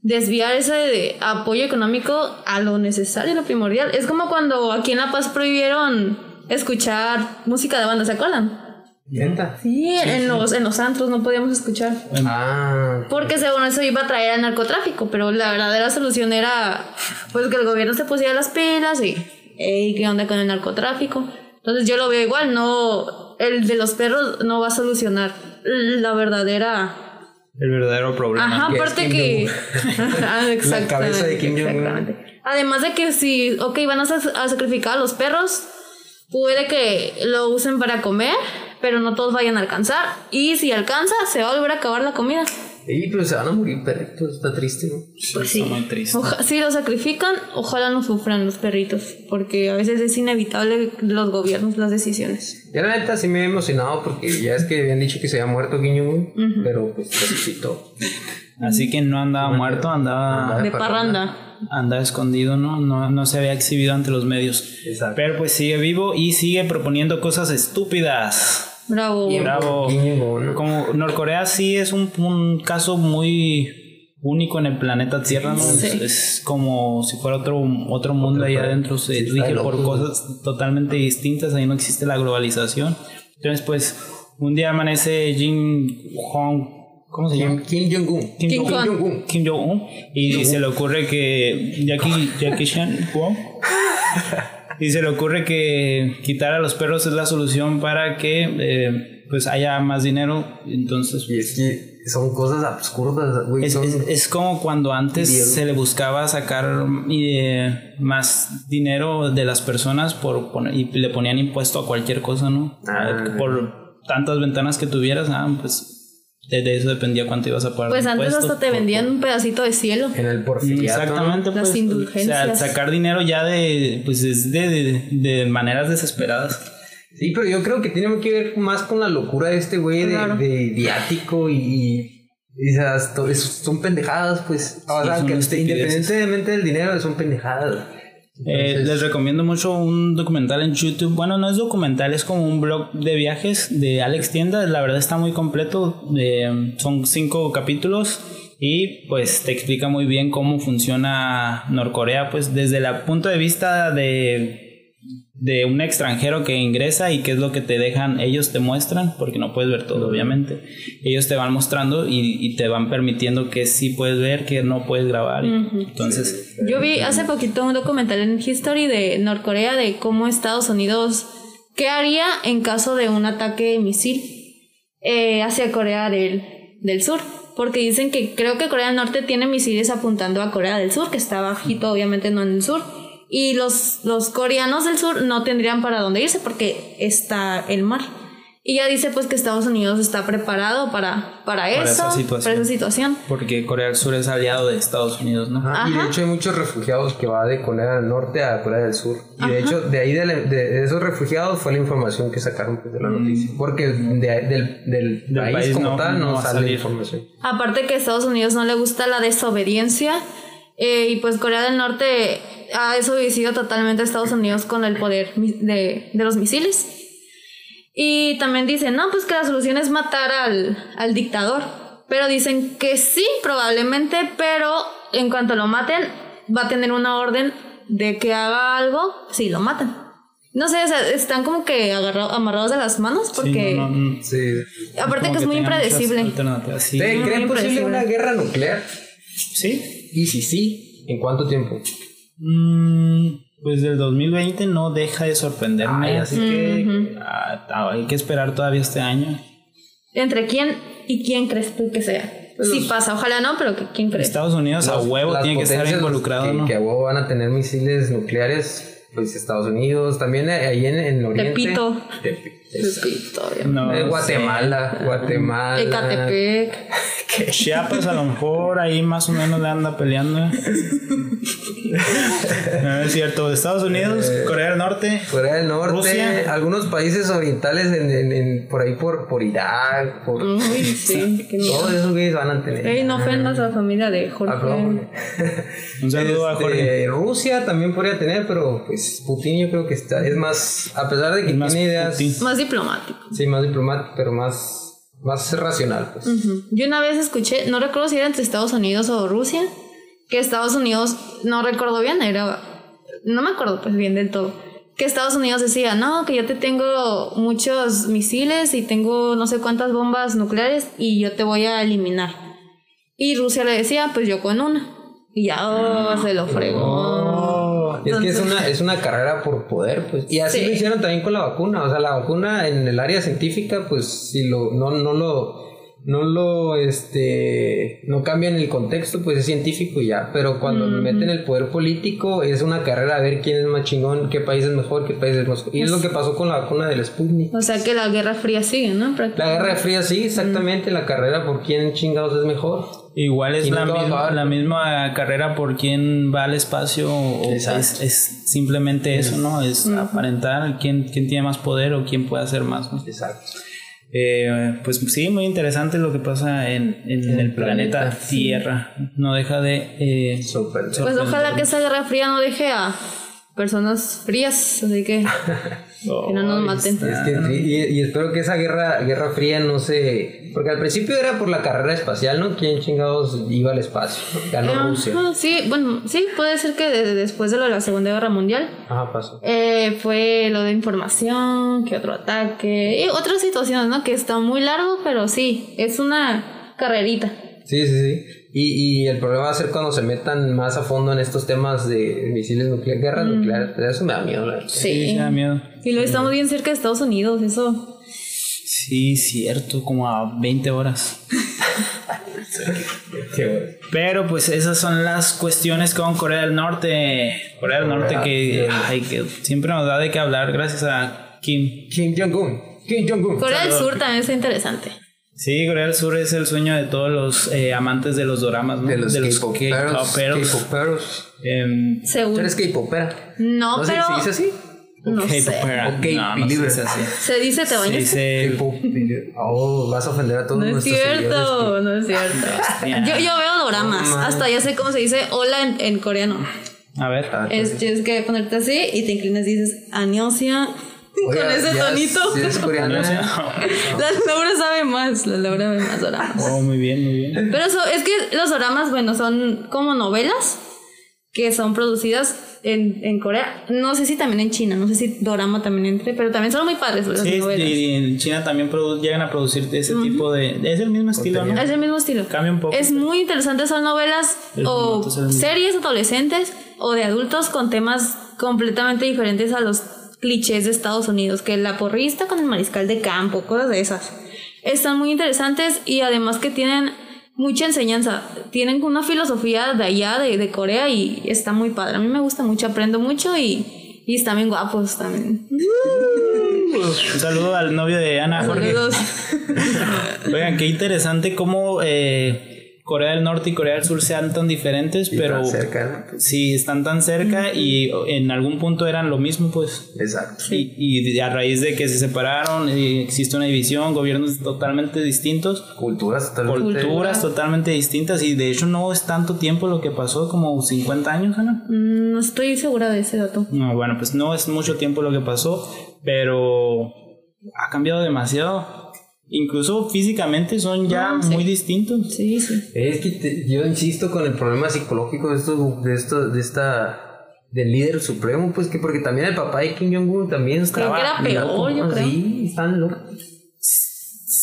Speaker 3: desviar ese de apoyo económico a lo necesario, lo primordial. Es como cuando aquí en La Paz prohibieron escuchar música de banda, ¿se acuerdan?
Speaker 4: ¿Neta?
Speaker 3: Sí, en, Los, en los antros no podíamos escuchar.
Speaker 4: Ah,
Speaker 3: Porque según eso iba a traer al narcotráfico, pero la verdadera solución era pues que el gobierno se pusiera las pilas y "Ey, qué onda con el narcotráfico. Entonces yo lo veo igual, no el de los perros no va a solucionar la verdadera
Speaker 2: El verdadero problema.
Speaker 3: Ajá,
Speaker 4: que es
Speaker 3: aparte
Speaker 4: Kim
Speaker 3: que Ah,
Speaker 4: La cabeza de
Speaker 3: exactamente,
Speaker 4: Kim Jong-un.
Speaker 3: exactamente. Además de que si ok, van a, sa- a sacrificar a los perros, puede que lo usen para comer, pero no todos vayan a alcanzar y si alcanza se va a volver a acabar la comida.
Speaker 4: y pero se van a morir perritos, está triste, ¿no?
Speaker 3: Pues
Speaker 2: Está
Speaker 3: sí.
Speaker 2: muy triste.
Speaker 3: Oja- si lo sacrifican, ojalá no sufran los perritos, porque a veces es inevitable los gobiernos, las decisiones.
Speaker 4: Ya la neta sí me he emocionado porque ya es que habían dicho que se había muerto Kim Jong-un, pero pues resucitó.
Speaker 2: Así que no andaba muerto, andaba,
Speaker 4: Andaba-
Speaker 3: De
Speaker 4: De parranda.
Speaker 3: parranda.
Speaker 2: andaba escondido, ¿no? ¿no? No se había exhibido ante los medios.
Speaker 4: Exacto.
Speaker 2: Pero pues sigue vivo y sigue proponiendo cosas estúpidas.
Speaker 3: Bravo.
Speaker 2: Bravo.
Speaker 4: Kim Jong-un.
Speaker 2: Como Norcorea sí es un, un caso muy único en el planeta Tierra, ¿no?
Speaker 3: Sí.
Speaker 2: Es, es como si fuera otro, otro mundo ahí adentro, se
Speaker 4: Sí, está
Speaker 2: rige por
Speaker 4: loco.
Speaker 2: cosas totalmente distintas, ahí no existe la globalización. Entonces, pues, un día amanece Jim Hong ¿Cómo se llama?
Speaker 4: Kim Jong-un.
Speaker 3: Kim Kim Jong-un.
Speaker 4: Jong-un.
Speaker 2: Kim Jong-un. Y se le ocurre que Jackie, Jackie Chan, wow. Y se le ocurre que quitar a los perros es la solución para que eh, pues haya más dinero. Entonces
Speaker 4: Y es que son cosas absurdas, güey.
Speaker 2: es,
Speaker 4: son-
Speaker 2: es- es como cuando antes
Speaker 4: Diego.
Speaker 2: se le buscaba sacar eh, más dinero de las personas por poner- y le ponían impuesto a cualquier cosa, ¿no? Eh,
Speaker 4: Ah.
Speaker 2: Por tantas ventanas que tuvieras, ah, pues de, de eso dependía cuánto ibas a pagar.
Speaker 3: Pues
Speaker 2: de
Speaker 3: antes
Speaker 2: impuestos,
Speaker 3: hasta te
Speaker 2: por-
Speaker 3: vendían un pedacito de cielo.
Speaker 4: En el
Speaker 2: Mm,
Speaker 4: porfiriato.
Speaker 2: Exactamente,
Speaker 3: Las
Speaker 2: pues, O
Speaker 3: indulgencias.
Speaker 2: sea, sacar dinero ya de, pues es de, de- de maneras desesperadas.
Speaker 4: Sí, pero yo creo que tiene que ver más con la locura de este güey de,
Speaker 3: Claro.
Speaker 4: de idiático y, y- y esas to- es- son pendejadas, pues. O
Speaker 2: Sí,
Speaker 4: sea,
Speaker 2: son
Speaker 4: que
Speaker 2: estupideces.
Speaker 4: independientemente del dinero, son pendejadas.
Speaker 2: Eh,
Speaker 4: Entonces-
Speaker 2: les recomiendo mucho un documental en YouTube. Bueno, no es documental, es como un blog de viajes de Alex Tienda. La verdad está muy completo. eh, son cinco capítulos y pues te explica muy bien cómo funciona Norcorea, pues desde el punto de vista de de un extranjero que ingresa y qué es lo que te dejan, ellos te muestran, porque no puedes ver todo, obviamente. Ellos te van mostrando y, y te van permitiendo que sí puedes ver, que no puedes grabar. Entonces,
Speaker 3: Yo vi hace poquito un documental en History de Norcorea de cómo Estados Unidos, qué haría en caso de un ataque de misil eh, hacia Corea del, del Sur. Porque dicen que creo que Corea del Norte tiene misiles apuntando a Corea del Sur, que está bajito, obviamente no en el sur. Y los, los coreanos del sur no tendrían para dónde irse porque está el mar. Y ya dice pues que Estados Unidos está preparado para, para, eso,
Speaker 2: esa situación.
Speaker 3: para esa situación.
Speaker 2: porque Corea del Sur es aliado de Estados Unidos, ¿no?
Speaker 4: Ajá, Y de
Speaker 3: Ajá.
Speaker 4: hecho hay muchos refugiados que va de Corea del Norte a Corea del Sur. Y de hecho de ahí de, la- de- de esos refugiados fue la información que sacaron pues, de la noticia. Porque de- del, del
Speaker 2: Mm. Del
Speaker 4: país,
Speaker 2: país
Speaker 4: como
Speaker 2: no-
Speaker 4: tal no,
Speaker 2: no va a
Speaker 4: sale
Speaker 2: salir.
Speaker 4: información.
Speaker 3: Aparte que a Estados Unidos no le gusta la desobediencia eh, y pues Corea del Norte ha desobedecido totalmente a Estados Unidos con el poder mi- de, de los misiles. Y también dicen, no, pues que la solución es matar al, al dictador. Pero dicen que sí, probablemente, pero en cuanto lo maten, va a tener una orden de que haga algo si lo matan. No sé, o sea, están como que agarra- amarrados de las manos
Speaker 2: Sí,
Speaker 3: porque...
Speaker 2: no, no, no.
Speaker 4: Sí.
Speaker 3: Aparte
Speaker 2: Como
Speaker 3: que es muy
Speaker 2: tengan muchas
Speaker 3: impredecible.
Speaker 2: alternativas. Sí,
Speaker 4: ¿Ustedes
Speaker 3: muy
Speaker 4: ¿Creen posible
Speaker 3: impresible.
Speaker 4: una guerra nuclear?
Speaker 2: sí.
Speaker 4: Y si sí, ¿en cuánto tiempo?
Speaker 2: Mm, pues del 2020 no deja de sorprenderme,
Speaker 4: Ay,
Speaker 2: así que ah, ah, hay que esperar todavía este año.
Speaker 3: ¿Entre quién y quién crees tú que sea? sí pasa, ojalá no, pero que- ¿quién crees?
Speaker 2: Estados Unidos a
Speaker 4: Las-
Speaker 2: huevo
Speaker 4: las
Speaker 2: tiene que estar
Speaker 4: potencias
Speaker 2: involucrado,
Speaker 4: que,
Speaker 2: ¿no?
Speaker 4: que a huevo van a tener misiles nucleares, pues Estados Unidos, también eh, ahí en, en Oriente.
Speaker 3: Tepito.
Speaker 4: Tepi- exacto.
Speaker 3: Pepito, obviamente.
Speaker 2: No
Speaker 4: Eh,
Speaker 2: sé.
Speaker 4: Guatemala, Guatemala.
Speaker 3: Ecatepec.
Speaker 2: Chiapas a lo mejor ahí más o menos le anda peleando. No es cierto, de Estados Unidos, Corea del Norte,
Speaker 4: Eh, Corea del Norte,
Speaker 2: Rusia.
Speaker 4: algunos países orientales en, en- en- por ahí por, por Irak, por
Speaker 3: Uy, sí, qué miedo.
Speaker 4: todos esos güeyes van a tener.
Speaker 3: Mm. Ey, no ofendas a la familia de
Speaker 4: Ah, perdón.
Speaker 3: Jorge.
Speaker 2: Un saludo a
Speaker 4: Este,
Speaker 2: Jorge.
Speaker 4: Rusia también podría tener, pero pues Putin yo creo que está, es más, a pesar de que
Speaker 2: Es más
Speaker 4: tiene ideas,
Speaker 2: Putin.
Speaker 3: Más diplomático.
Speaker 4: sí, más diplomático, pero más, más racional, pues.
Speaker 3: Ujú. Yo una vez escuché, no recuerdo si era entre Estados Unidos o Rusia, que Estados Unidos, no recuerdo bien, era, no me acuerdo pues bien del todo, que Estados Unidos decía, no, que yo te tengo muchos misiles y tengo no sé cuántas bombas nucleares y yo te voy a eliminar. Y Rusia le decía, pues yo con una. Y ya oh, se lo fregó.
Speaker 4: Y es que es
Speaker 3: Entonces-
Speaker 4: una, es una carrera por poder, pues. Y así
Speaker 3: Sí.
Speaker 4: lo hicieron también con la vacuna. O sea, la vacuna en el área científica, pues, si lo, no, no lo, no lo, este, no cambian el contexto, pues es científico y ya. Pero cuando meten
Speaker 3: Mm.
Speaker 4: el poder político, es una carrera a ver quién es más chingón, qué país es mejor, qué país es más. Y es lo que pasó con la vacuna del Sputnik.
Speaker 3: O sea que la Guerra Fría sigue, ¿no?
Speaker 4: La Guerra Fría, sí, exactamente, la carrera por quién chingados es mejor.
Speaker 2: Igual es
Speaker 4: Y
Speaker 2: la
Speaker 4: nunca va a
Speaker 2: misma,
Speaker 4: acabar.
Speaker 2: la misma carrera por quién va al espacio o es,
Speaker 4: Exacto.
Speaker 2: es simplemente eso, ¿no? Es aparentar quién, quién tiene más poder o quién puede hacer más. ¿no?
Speaker 4: Exacto.
Speaker 2: Eh, pues sí, muy interesante lo que pasa en, en el planeta,
Speaker 4: planeta.
Speaker 2: Tierra. No deja de... eh,
Speaker 4: Súper.
Speaker 3: Pues ojalá que esa guerra fría no deje a personas frías, así que que no nos maten.
Speaker 4: Es que sí, y, y espero que esa guerra, guerra fría no se... Porque al principio era por la carrera espacial, ¿no? ¿Quién chingados iba al espacio? Ganó Rusia.
Speaker 3: Ajá, sí, bueno, sí, puede ser que de- de- después de lo de la Segunda Guerra Mundial
Speaker 4: Ajá, pasó.
Speaker 3: eh, fue lo de información, que otro ataque, y otras situaciones, ¿no? Que está muy largo, pero sí, es una carrerita.
Speaker 4: Sí, sí, sí. Y, y el problema va a ser cuando se metan más a fondo en estos temas de misiles nucleares, guerras
Speaker 3: Mm.
Speaker 4: nucleares. Eso me da miedo, la verdad.
Speaker 2: Sí,
Speaker 3: Sí.
Speaker 2: sí da miedo.
Speaker 3: Y luego estamos bien cerca de Estados Unidos, eso.
Speaker 2: Sí, cierto, como a 20 horas.
Speaker 4: Qué bueno.
Speaker 2: Pero pues esas son las cuestiones con Corea del Norte. Corea del Norte que,
Speaker 4: Corea.
Speaker 2: ay, que siempre nos da de qué hablar gracias a Kim.
Speaker 4: Kim Jong-un. Kim Jong-un.
Speaker 3: Corea del Sur también está interesante.
Speaker 2: Sí, Corea del Sur es el sueño de todos los eh, amantes de los doramas, ¿no?
Speaker 4: De los, K-poperos.
Speaker 2: K-poperos.
Speaker 4: K-poperos.
Speaker 2: Em,
Speaker 4: Tú
Speaker 3: Según.
Speaker 4: eres K-popera.
Speaker 3: No,
Speaker 4: No sé,
Speaker 3: pero.
Speaker 4: ¿Se dice así?
Speaker 3: No sé.
Speaker 2: K-popera.
Speaker 4: O
Speaker 2: No, no sé si es
Speaker 4: K-believer.
Speaker 2: así.
Speaker 3: Se dice te
Speaker 2: Se
Speaker 3: bañas.
Speaker 2: dice
Speaker 4: K-pop. Oh, vas a ofender a todos
Speaker 3: No es
Speaker 4: nuestros seguidores
Speaker 3: cierto, no es cierto.
Speaker 2: Bestia.
Speaker 3: Yo, yo veo doramas,
Speaker 4: No, man.
Speaker 3: hasta ya sé cómo se dice hola en, en coreano.
Speaker 2: A ver.
Speaker 4: Ah,
Speaker 3: Es, tienes que ponerte así y te inclinas y dices aniosia
Speaker 4: Oye,
Speaker 3: con ese
Speaker 4: ya
Speaker 3: tonito.
Speaker 4: Si eres coreana.
Speaker 3: La Laura sabe más, la Laura ve más doramas.
Speaker 2: Oh, muy bien, muy bien.
Speaker 3: Pero eso, es que los doramas, bueno, son como novelas que son producidas en, en Corea. No sé si también en China, no sé si dorama también entre, pero también son muy padres las
Speaker 2: Sí,
Speaker 3: novelas.
Speaker 2: Este, y en China también produ- llegan a producir ese tipo de... Es el mismo estilo, ¿no?
Speaker 3: Es el mismo estilo.
Speaker 2: Cambia un poco.
Speaker 3: Es muy interesante, son novelas
Speaker 2: El
Speaker 3: o
Speaker 2: formato es el mismo.
Speaker 3: series adolescentes o de adultos con temas completamente diferentes a los clichés de Estados Unidos, que la porrista con el mariscal de campo, cosas de esas. Están muy interesantes y además que tienen mucha enseñanza, tienen una filosofía de allá, de, de Corea y está muy padre. A mí me gusta mucho, aprendo mucho y, y están bien guapos también.
Speaker 2: Un saludo al novio de Ana Jorge.
Speaker 3: Saludos.
Speaker 2: Oigan, qué interesante cómo eh, Corea del Norte y Corea del Sur sean tan diferentes,
Speaker 4: Y
Speaker 2: pero
Speaker 4: tan cerca. ¿no?
Speaker 2: sí están tan cerca y en algún punto eran lo mismo, pues.
Speaker 4: Exacto.
Speaker 2: Y, y a raíz de que se separaron, eh, existe una división, gobiernos totalmente distintos,
Speaker 4: Culturas totalmente.
Speaker 2: culturas totalmente distintas y de hecho no es tanto tiempo lo que pasó, como 50 años, Ana.
Speaker 3: Mm, No estoy segura de ese dato.
Speaker 2: No, bueno, pues no es mucho tiempo lo que pasó, pero ha cambiado demasiado. Incluso físicamente son ya
Speaker 3: Ah, sí.
Speaker 2: muy distintos.
Speaker 3: Sí, sí.
Speaker 4: Es que te- yo insisto con el problema psicológico de esto, de esto, de esta, del líder supremo, pues que porque también el papá de Kim Jong-un también estaba.
Speaker 3: era peor,
Speaker 4: ligado con-
Speaker 3: yo creo.
Speaker 4: Sí, están locos.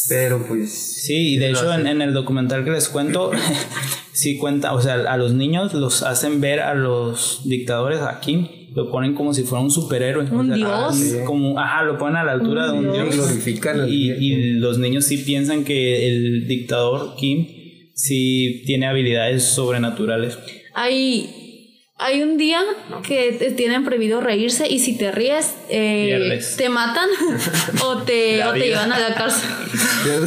Speaker 4: Pero pues.
Speaker 2: Sí, y de
Speaker 4: Lo
Speaker 2: hecho en,
Speaker 4: hacen.
Speaker 2: en el documental que les cuento, sí cuenta, o sea, a los niños los hacen ver a los dictadores aquí, lo ponen como si fuera un superhéroe. o
Speaker 3: Un
Speaker 2: sea,
Speaker 3: dios.
Speaker 2: sí, Como, ajá, lo ponen a la altura de un
Speaker 4: dios.
Speaker 2: dios.
Speaker 4: Glorifican al
Speaker 2: y,
Speaker 4: dios.
Speaker 2: y los niños sí piensan que el dictador Kim sí tiene habilidades sobrenaturales.
Speaker 3: Hay, hay un día que te tienen prohibido reírse y si te ríes, eh,
Speaker 2: Pierdes.
Speaker 3: te matan o te,
Speaker 2: La
Speaker 3: o te
Speaker 2: vida.
Speaker 3: llevan a la cárcel.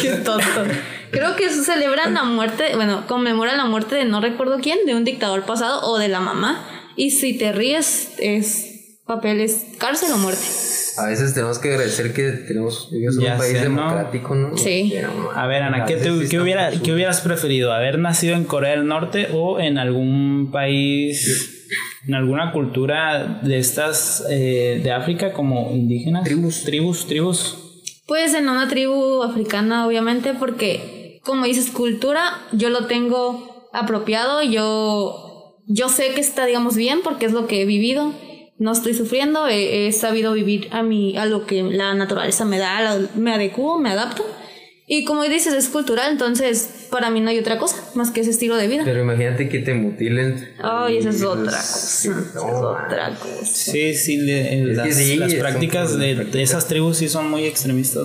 Speaker 3: Qué tonto. Creo que eso celebran la muerte, bueno, conmemoran la muerte de no recuerdo quién, de un dictador pasado o de la mamá. Y si te ríes, es papeles, cárcel o muerte.
Speaker 4: A veces tenemos que agradecer que tenemos vivimos en
Speaker 2: Ya
Speaker 4: un país
Speaker 2: sé, ¿no?
Speaker 4: democrático, ¿no?
Speaker 3: Sí.
Speaker 4: Pero, man,
Speaker 2: A ver, Ana, ¿qué, te-
Speaker 4: veces
Speaker 2: qué
Speaker 4: estamos
Speaker 2: hubiera,
Speaker 4: absurdos.
Speaker 2: ¿qué hubieras preferido? ¿Haber nacido en Corea del Norte o en algún país, en alguna cultura de estas eh, de África como indígenas?
Speaker 4: Tribus.
Speaker 2: Tribus, tribus.
Speaker 3: Pues en una tribu africana, obviamente, porque como dices, cultura, yo lo tengo apropiado, yo, yo sé que está, digamos, bien porque es lo que he vivido, no estoy sufriendo, he, he sabido vivir a, mi, a lo que la naturaleza me da, la- me adecuo, me adapto. Y como dices, es cultural, entonces para mí no hay otra cosa más que ese estilo de vida.
Speaker 4: Pero imagínate que te mutilen.
Speaker 3: Ay, esa es
Speaker 4: Y-
Speaker 3: otra
Speaker 4: sí,
Speaker 3: cosa. esa es
Speaker 4: no,
Speaker 3: otra
Speaker 4: man.
Speaker 3: cosa.
Speaker 2: Sí, sí, le- eh,
Speaker 4: Es que
Speaker 2: las,
Speaker 4: sí,
Speaker 2: las
Speaker 4: son
Speaker 2: prácticas
Speaker 4: como
Speaker 2: de,
Speaker 4: prácticas.
Speaker 2: de esas tribus sí son muy extremistas.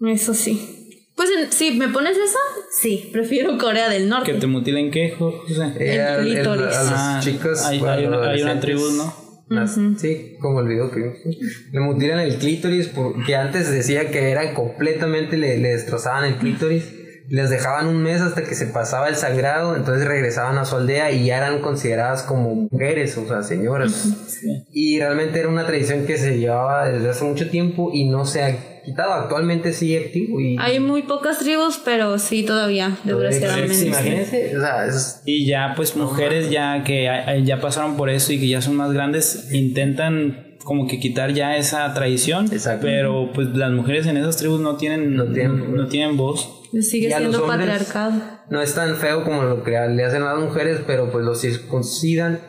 Speaker 2: ¿no?
Speaker 3: Eso sí. Pues en- si me pones eso, sí, prefiero Corea del Norte.
Speaker 2: Que te mutilen qué, Jo- José.
Speaker 4: Eh, al- el- a
Speaker 3: clítoris.
Speaker 4: las
Speaker 2: Ah,
Speaker 4: chicas.
Speaker 2: hay-
Speaker 4: cuando
Speaker 2: hay una- hay una
Speaker 4: adolescentes,
Speaker 2: tribu, ¿no?
Speaker 4: las- Sí, como el video que vimos. Le mutilan el clítoris porque antes decía que eran completamente, le, le destrozaban el clítoris. Les dejaban un mes hasta que se pasaba el sangrado, entonces regresaban a su aldea y ya eran consideradas como mujeres, o sea, señoras. Y realmente era una tradición que se llevaba desde hace mucho tiempo y no se ha quitado. Actualmente sigue activo y...
Speaker 3: Hay muy pocas tribus, pero sí todavía,
Speaker 2: sí,
Speaker 3: desgraciadamente.
Speaker 2: sí.
Speaker 4: Imagínense, o sea, es-
Speaker 2: Y ya, pues mujeres ya que eh, ya pasaron por eso y que ya son más grandes, intentan como que quitar ya esa tradición.
Speaker 4: Exacto.
Speaker 2: Pero pues las mujeres en esas tribus no tienen,
Speaker 4: No tienen voz.
Speaker 2: no tienen voz.
Speaker 3: Sigue
Speaker 4: Y a
Speaker 3: siendo
Speaker 4: los hombres
Speaker 3: patriarcado.
Speaker 4: No es tan feo como lo que le hacen a las mujeres, pero pues los circuncidan,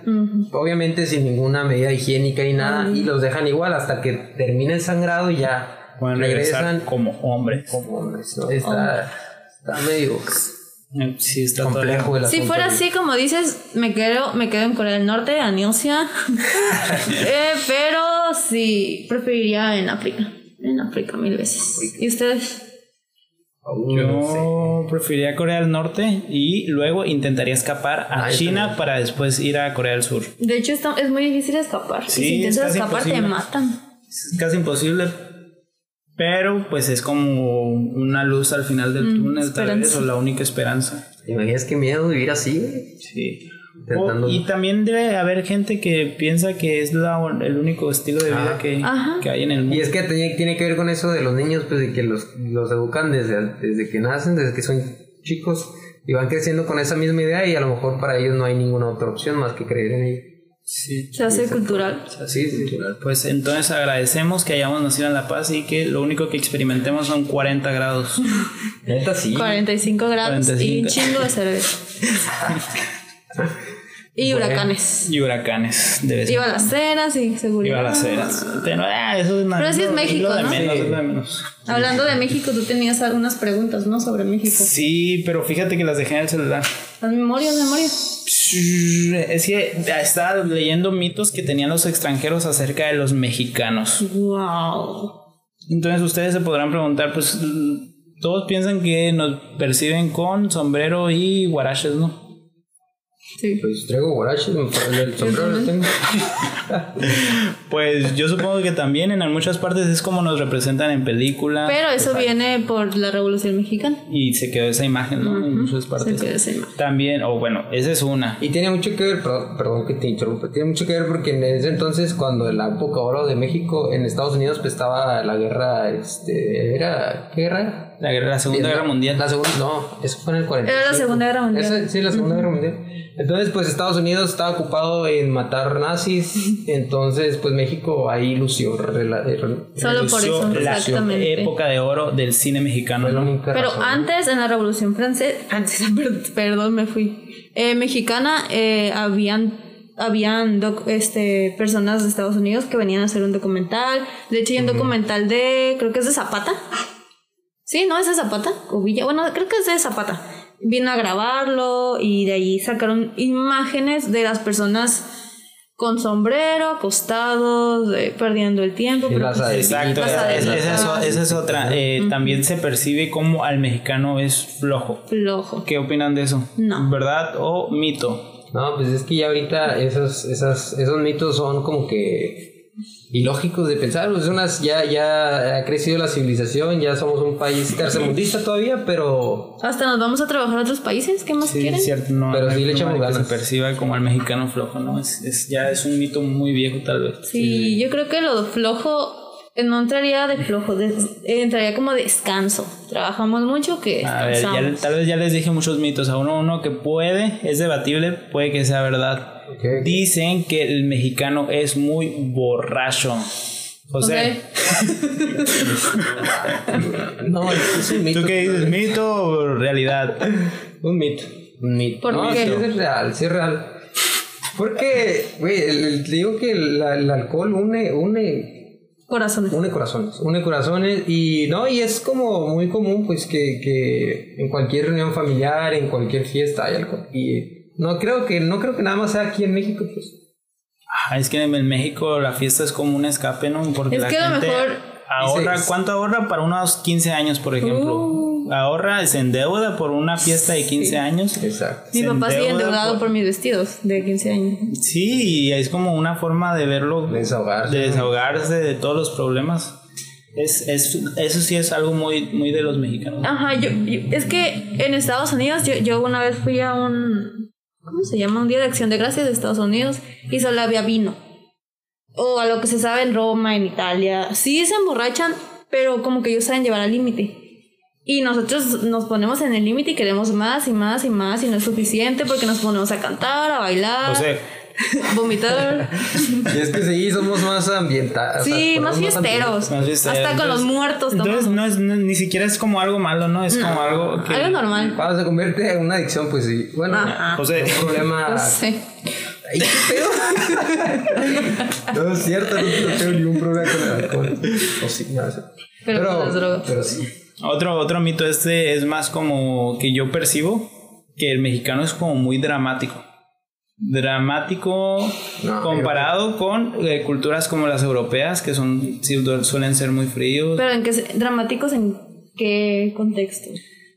Speaker 4: obviamente sin ninguna medida higiénica ni nada, y los dejan igual hasta que termine el sangrado y ya
Speaker 2: Pueden regresar
Speaker 4: regresan
Speaker 2: como hombres.
Speaker 4: como hombres. ¿no? Está, está Está medio
Speaker 2: Eh, Sí, está
Speaker 4: complejo el
Speaker 3: Oh. Si
Speaker 4: asunto.
Speaker 3: fuera así, como dices, me quedo, me quedo en Corea del Norte, a Niosia. Eh, pero sí, preferiría en África. En África mil veces. ¿Y ustedes?
Speaker 2: Yo
Speaker 4: Yo no sé.
Speaker 2: preferiría Corea del Norte y luego intentaría escapar a
Speaker 4: Ah, yo
Speaker 2: China para después ir a Corea del Sur.
Speaker 3: De hecho, está- es muy difícil escapar.
Speaker 2: Sí,
Speaker 3: y si
Speaker 2: es
Speaker 3: intentas
Speaker 2: casi
Speaker 3: escapar, te
Speaker 2: imposible.
Speaker 3: matan.
Speaker 2: Es casi imposible. Pero pues es como una luz al final del
Speaker 3: Mm,
Speaker 2: túnel, tal vez,
Speaker 3: esperanza.
Speaker 2: o la única esperanza.
Speaker 4: ¿Te imaginas qué miedo vivir así?
Speaker 2: Sí.
Speaker 4: Intentando-
Speaker 2: O- y también debe haber gente que piensa que es la, el único estilo de vida
Speaker 4: Ajá.
Speaker 2: que,
Speaker 3: Ajá.
Speaker 2: que hay en el mundo.
Speaker 4: Y es que tiene, tiene que ver con eso de los niños, pues de que los, los educan desde, desde que nacen, desde que son chicos, y van creciendo con esa misma idea y a lo mejor para ellos no hay ninguna otra opción más que creer en ella.
Speaker 2: Sí.
Speaker 3: Se hace cultural.
Speaker 4: Así es natural.
Speaker 2: Pues entonces agradecemos que hayamos nacido en La Paz y que lo único que experimentemos son 40 grados.
Speaker 4: Neta sí.
Speaker 3: 45 grados y
Speaker 2: 45.
Speaker 3: un chingo de cerveza. y huracanes.
Speaker 2: Y huracanes, de vez en
Speaker 3: Y balaceras y
Speaker 2: Y
Speaker 3: seguridad.
Speaker 2: balaceras. Pero, ah, eso es una-
Speaker 3: Pero así es
Speaker 2: lo-
Speaker 3: México,
Speaker 2: lo de
Speaker 3: ¿no?
Speaker 2: menos,
Speaker 4: Sí.
Speaker 2: es lo de menos.
Speaker 3: Hablando de México, tú tenías algunas preguntas, ¿no? Sobre México.
Speaker 2: Sí, pero fíjate que las dejé en el celular.
Speaker 3: Las memorias, memorias.
Speaker 2: Es que estaba leyendo mitos que tenían los extranjeros acerca de los mexicanos.
Speaker 3: Wow.
Speaker 2: Entonces ustedes se podrán preguntar, pues todos piensan que nos perciben con sombrero y guaraches, ¿no?
Speaker 3: Sí.
Speaker 4: Pues traigo guaraches, me pongo el sombrero lo tengo.
Speaker 2: Pues yo supongo que también en muchas partes es como nos representan en películas
Speaker 3: Pero eso viene por la Revolución Mexicana.
Speaker 2: y se quedó esa imagen, ¿no? En muchas
Speaker 3: Se
Speaker 2: partes.
Speaker 3: quedó esa imagen.
Speaker 2: También, o bueno, esa es una.
Speaker 4: Y tiene mucho que ver, perdón, perdón que te interrumpa, tiene mucho que ver porque en ese entonces, cuando en la época oro de México, en Estados Unidos, pues estaba la guerra, este, era, ¿qué guerra era?
Speaker 2: La, guerra- la Segunda Guerra Mundial.
Speaker 4: La segunda, no, eso fue en el 40.
Speaker 3: Era la Segunda Guerra Mundial.
Speaker 4: Esa- sí, la Segunda Guerra Mundial. Entonces, pues Estados Unidos estaba ocupado en matar nazis, entonces, pues México ahí lució. rela- rela-
Speaker 3: Solo por eso,
Speaker 2: Inició la
Speaker 3: exactamente.
Speaker 2: época de oro del cine mexicano.
Speaker 4: fue la
Speaker 2: ¿no?
Speaker 4: única
Speaker 3: Pero
Speaker 4: razón.
Speaker 3: antes, en la Revolución Francesa, antes, per- perdón, me fui. Eh, mexicana, eh, habían, habían doc- este, personas de Estados Unidos que venían a hacer un documental. De hecho, hay un documental de, creo que es de Zapata. Sí, ¿no? Es de Zapata o Villa. Bueno, creo que es de Zapata. Vino a grabarlo y de ahí sacaron imágenes de las personas con sombrero, acostados, eh, perdiendo el tiempo.
Speaker 4: Y
Speaker 3: pero
Speaker 4: las
Speaker 3: pues-
Speaker 4: ade-
Speaker 2: Exacto,
Speaker 3: Vas
Speaker 2: esa
Speaker 3: a
Speaker 2: es,
Speaker 3: ver,
Speaker 2: esa es
Speaker 3: ajá.
Speaker 2: o- esa es otra. Eh, También se percibe como al mexicano es flojo.
Speaker 3: flojo.
Speaker 2: ¿Qué opinan de eso?
Speaker 3: No.
Speaker 2: ¿Verdad o mito?
Speaker 4: No, pues es que ya ahorita esos, esas, esos mitos son como que ilógicos de pensar. Pues unas, ya, ya ha crecido la civilización, ya somos un país tercermundista todavía, pero
Speaker 3: Hasta nos vamos a trabajar a otros países, ¿qué más quieren?
Speaker 2: es cierto, no.
Speaker 4: Pero
Speaker 2: no hay
Speaker 4: sí le echamos
Speaker 2: forma de que
Speaker 4: ganas.
Speaker 2: se perciba como al mexicano flojo, ¿no? Es, es- ya es un mito muy viejo, tal vez.
Speaker 3: Sí, yo creo que lo flojo eh, no entraría de flojo, de- eh, entraría como descanso. Trabajamos mucho que
Speaker 2: A ver, ya le-
Speaker 3: descansamos.
Speaker 2: tal vez ya les dije muchos mitos. A uno, uno que puede, es debatible, puede que sea verdad.
Speaker 4: Ok.
Speaker 2: Dicen que el mexicano es muy borracho. José,
Speaker 4: no, es un mito.
Speaker 2: ¿tú qué dices? ¿Mito o realidad?
Speaker 4: Un mito. Un mito.
Speaker 3: ¿Por
Speaker 4: no,
Speaker 3: qué?
Speaker 4: sí es real, sí es real. Porque, güey, el- el- te digo que la- el alcohol une, une,
Speaker 3: Ok, corazones.
Speaker 4: une corazones, une corazones y no, y es como muy común, pues, que, que en cualquier reunión familiar, en cualquier fiesta hay alcohol. Y no creo que, no creo que nada más sea aquí en México, pues.
Speaker 2: Ah, es que en México la fiesta es como un escape, ¿no? Porque
Speaker 3: Es
Speaker 2: la
Speaker 3: que a lo
Speaker 2: gente
Speaker 3: mejor-
Speaker 2: ahorra,
Speaker 4: Dices-
Speaker 2: ¿cuánto ahorra para unos 15 años, por ejemplo?
Speaker 3: Uh.
Speaker 2: Ahorra, se endeuda por una fiesta de 15 años.
Speaker 4: Exacto.
Speaker 3: Mi
Speaker 2: se
Speaker 3: papá sigue
Speaker 2: endeuda
Speaker 3: endeudado por...
Speaker 2: por-
Speaker 3: mis vestidos de 15 años.
Speaker 2: Sí, y es como una forma de verlo, de
Speaker 4: Desahogarse.
Speaker 2: desahogarse de todos los problemas. Es, es- eso sí es algo muy, muy de los mexicanos.
Speaker 3: Ajá, yo, yo- es que en Estados Unidos yo, yo una vez fui a un ¿cómo se llama? un día de acción de gracias de Estados Unidos y solo había vino. O a lo que se sabe en Roma, en Italia. Sí se emborrachan, pero como que ellos saben llevar al límite. Y nosotros nos ponemos en el límite y queremos más y más y más y no es suficiente porque nos ponemos a cantar, a bailar,
Speaker 2: O sea,
Speaker 3: vomitar.
Speaker 4: Y es que sí, somos más ambientales.
Speaker 3: sí, más fiesteros.
Speaker 2: Más fiesteros.
Speaker 3: Hasta con los
Speaker 2: Entonces-
Speaker 3: muertos tomamos.
Speaker 2: entonces no es, no- ni siquiera es como algo malo, ¿no? Es como algo que...
Speaker 3: Algo normal.
Speaker 4: Cuando se convierte en una adicción, pues sí. Bueno,
Speaker 3: Ajá. Pues,
Speaker 2: O sea,
Speaker 4: un problema.
Speaker 2: Ah.
Speaker 3: No sé.
Speaker 4: Ay, qué pedo. no es cierto, no, no tengo ningún problema con el alcohol. O sí, no, sí.
Speaker 3: Pero con las drogas.
Speaker 4: Pero sí.
Speaker 2: Otro, otro mito este es más como que yo percibo que el mexicano es como muy dramático. Dramático
Speaker 4: No,
Speaker 2: comparado con eh, culturas como las europeas, que son sí, du- suelen ser muy fríos,
Speaker 3: Pero en qué se- dramáticos en qué contexto.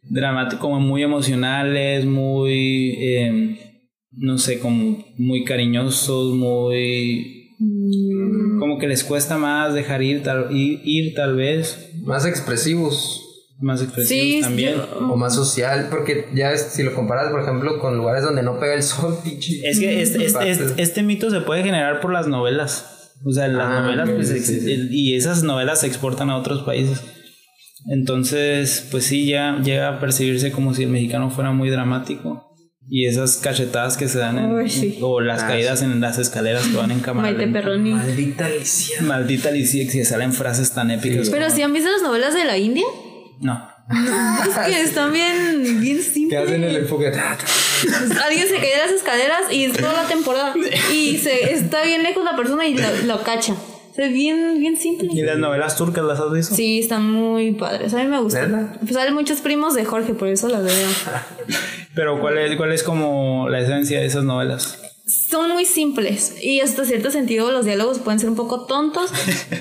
Speaker 2: dramáticos, como muy emocionales, muy, eh, no sé, como muy cariñosos, muy...
Speaker 3: Mm,
Speaker 2: Como que les cuesta más dejar ir tal, ir, ir tal vez,
Speaker 4: Más expresivos
Speaker 2: más expresivos
Speaker 3: Sí,
Speaker 2: Pues también.
Speaker 3: yo-
Speaker 4: o más social, porque ya es- si lo comparas, por ejemplo, con lugares donde no pega el sol, pinche.
Speaker 2: Es que este, este,
Speaker 4: Partes.
Speaker 2: este, este mito se puede generar por las novelas. O sea, las
Speaker 4: Ah,
Speaker 2: novelas,
Speaker 4: ok,
Speaker 2: pues,
Speaker 4: sí,
Speaker 2: ex-
Speaker 4: sí, sí.
Speaker 2: y esas novelas se exportan a otros países. Entonces, pues sí, ya llega a percibirse como si el mexicano fuera muy dramático. Y esas cachetadas que se dan, en-
Speaker 3: Ay, sí.
Speaker 2: o las
Speaker 4: Ah,
Speaker 2: caídas en las escaleras que van en cámara.
Speaker 3: Maite
Speaker 2: lenta.
Speaker 3: Perroni.
Speaker 4: Maldita Alicia.
Speaker 2: Maldita Alicia, que se salen frases tan épicas.
Speaker 3: Pero si han visto las novelas de la India,
Speaker 2: No.
Speaker 3: es que están bien, bien
Speaker 4: Que hacen el
Speaker 3: simples.
Speaker 4: enfoque. "Ah,
Speaker 3: Pues alguien se cae de las escaleras y es toda la temporada. Y se está bien lejos la persona y lo, lo cacha. O sea, es bien, bien
Speaker 2: ¿Y
Speaker 3: simple.
Speaker 2: las novelas turcas las has visto?
Speaker 3: Sí, están muy padres. A mí me
Speaker 4: ¿Verdad?
Speaker 3: gustan. Pues salen muchos primos de Jorge, por eso las veo.
Speaker 2: Pero ¿cuál es, ¿cuál es como la esencia de esas novelas?
Speaker 3: son muy simples y hasta cierto sentido los diálogos pueden ser un poco tontos,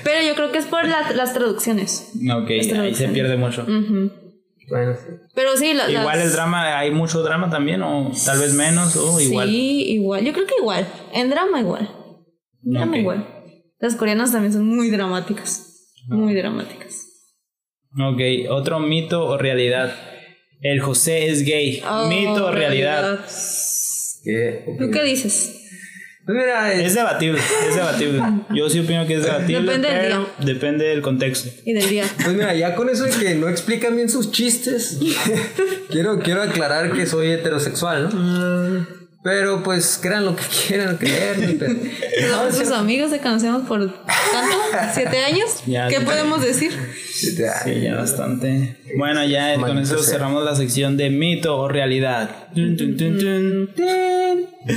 Speaker 3: pero yo creo que es por la- las traducciones.
Speaker 2: Ok, ahí se
Speaker 3: traducciones.
Speaker 2: pierde mucho.
Speaker 4: Bueno,
Speaker 3: Pero sí, la-
Speaker 2: Igual
Speaker 3: las-
Speaker 2: el drama, hay mucho drama también, o tal vez menos, o igual.
Speaker 3: Sí, igual. Yo creo que igual. En drama igual. En drama
Speaker 2: Ok.
Speaker 3: igual. Las coreanas también son muy dramáticas. Muy dramáticas.
Speaker 2: Ok, otro mito o realidad. El José es gay.
Speaker 3: Oh,
Speaker 2: mito o realidad.
Speaker 4: que-
Speaker 3: ¿Tú qué dices?
Speaker 4: Pues mira,
Speaker 2: Es debatible, es debatible. Yo sí opino que es debatible,
Speaker 3: Depende del
Speaker 2: pero
Speaker 3: día.
Speaker 2: depende del contexto.
Speaker 3: Y del día.
Speaker 4: Pues mira, ya con eso de que no explican bien sus chistes, quiero, quiero aclarar que soy heterosexual, ¿no? Pero pues crean lo que quieran creer. mi pedo.
Speaker 3: Somos sus amigos, te conocemos por tanto, siete años.
Speaker 2: Ya,
Speaker 3: ¿Qué
Speaker 2: ya.
Speaker 3: podemos decir?
Speaker 4: Ay,
Speaker 2: Sí, ya bastante. Bueno, ya eh, con
Speaker 4: Maldita
Speaker 2: eso
Speaker 4: sea.
Speaker 2: cerramos la sección de mito o realidad. Tun, tun, tun,
Speaker 3: Mm.
Speaker 2: tun.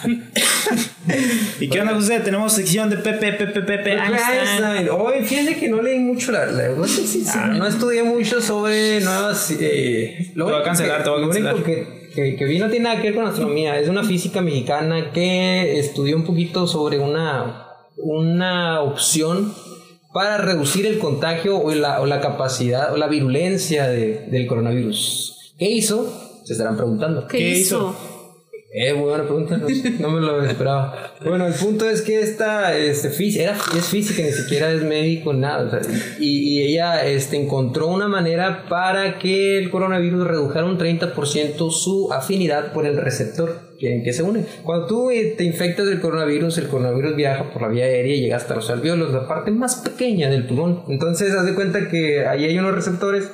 Speaker 2: ¿Y qué onda, José? Tenemos sección de Pepe, Pepe, Pepe,
Speaker 3: Pues,
Speaker 2: Einstein.
Speaker 4: Einstein. Hoy fíjense que no leí mucho la la verdad, sí, sí, sí, No estudié mucho sobre nuevas. eh, lo
Speaker 2: Ah. Te voy a
Speaker 4: único
Speaker 2: cancelar,
Speaker 4: que-
Speaker 2: te voy a
Speaker 4: lo único
Speaker 2: cancelar.
Speaker 4: que, que, que vi no tiene nada que ver con astronomía. Es una física mexicana que estudió un poquito sobre una, una opción para reducir el contagio o la, o la capacidad o la virulencia de- del coronavirus. ¿Qué hizo? Se estarán preguntando.
Speaker 3: ¿Qué,
Speaker 2: ¿Qué
Speaker 3: hizo?
Speaker 4: Eh, muy buena pregunta, no, sé, no me lo esperaba. Bueno, el punto es que esta este, fí- era, es física, ni siquiera es médico, nada. o sea, y, y ella este, encontró una manera para que el coronavirus redujera un 30% su afinidad por el receptor que- en que se une. Cuando tú eh, te infectas del coronavirus, el coronavirus viaja por la vía aérea y llega hasta los alveolos, la parte más pequeña del pulmón. Entonces, haz de cuenta que ahí hay unos receptores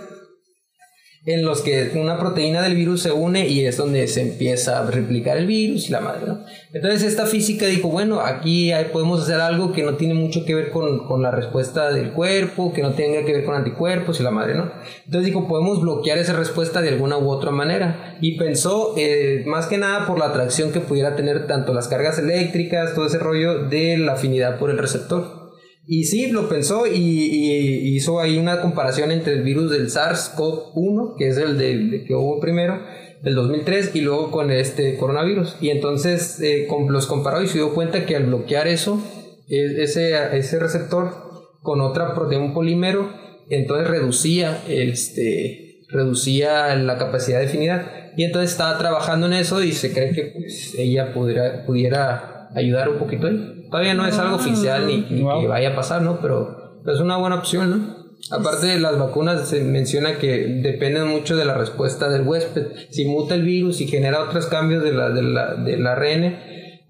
Speaker 4: en los que una proteína del virus se une y es donde se empieza a replicar el virus y la madre, ¿no? Entonces esta física dijo, bueno, aquí hay- podemos hacer algo que no tiene mucho que ver con, con la respuesta del cuerpo, que no tenga que ver con anticuerpos y la madre, ¿no? Entonces dijo, podemos bloquear esa respuesta de alguna u otra manera. Y pensó, eh, más que nada, por la atracción que pudiera tener tanto las cargas eléctricas, todo ese rollo de la afinidad por el receptor. Y sí, lo pensó y, y hizo ahí una comparación entre el virus del SARS-CoV-1, que es el de, de que hubo primero, del 2003, y luego con este coronavirus. Y entonces eh, com- los comparó y se dio cuenta que al bloquear eso, e- ese, ese receptor con otra proteína, un polímero, entonces reducía, este, reducía la capacidad de afinidad. Y entonces estaba trabajando en eso y se cree que pues, ella pudiera, pudiera ayudar un poquito ahí. Todavía no es algo oficial ni, ni
Speaker 2: Wow.
Speaker 4: que vaya a pasar, ¿no? Pero es una buena opción, ¿no? Aparte de las vacunas, se menciona que dependen mucho de la respuesta del huésped. Si muta el virus y genera otros cambios de la, de la, de la RN,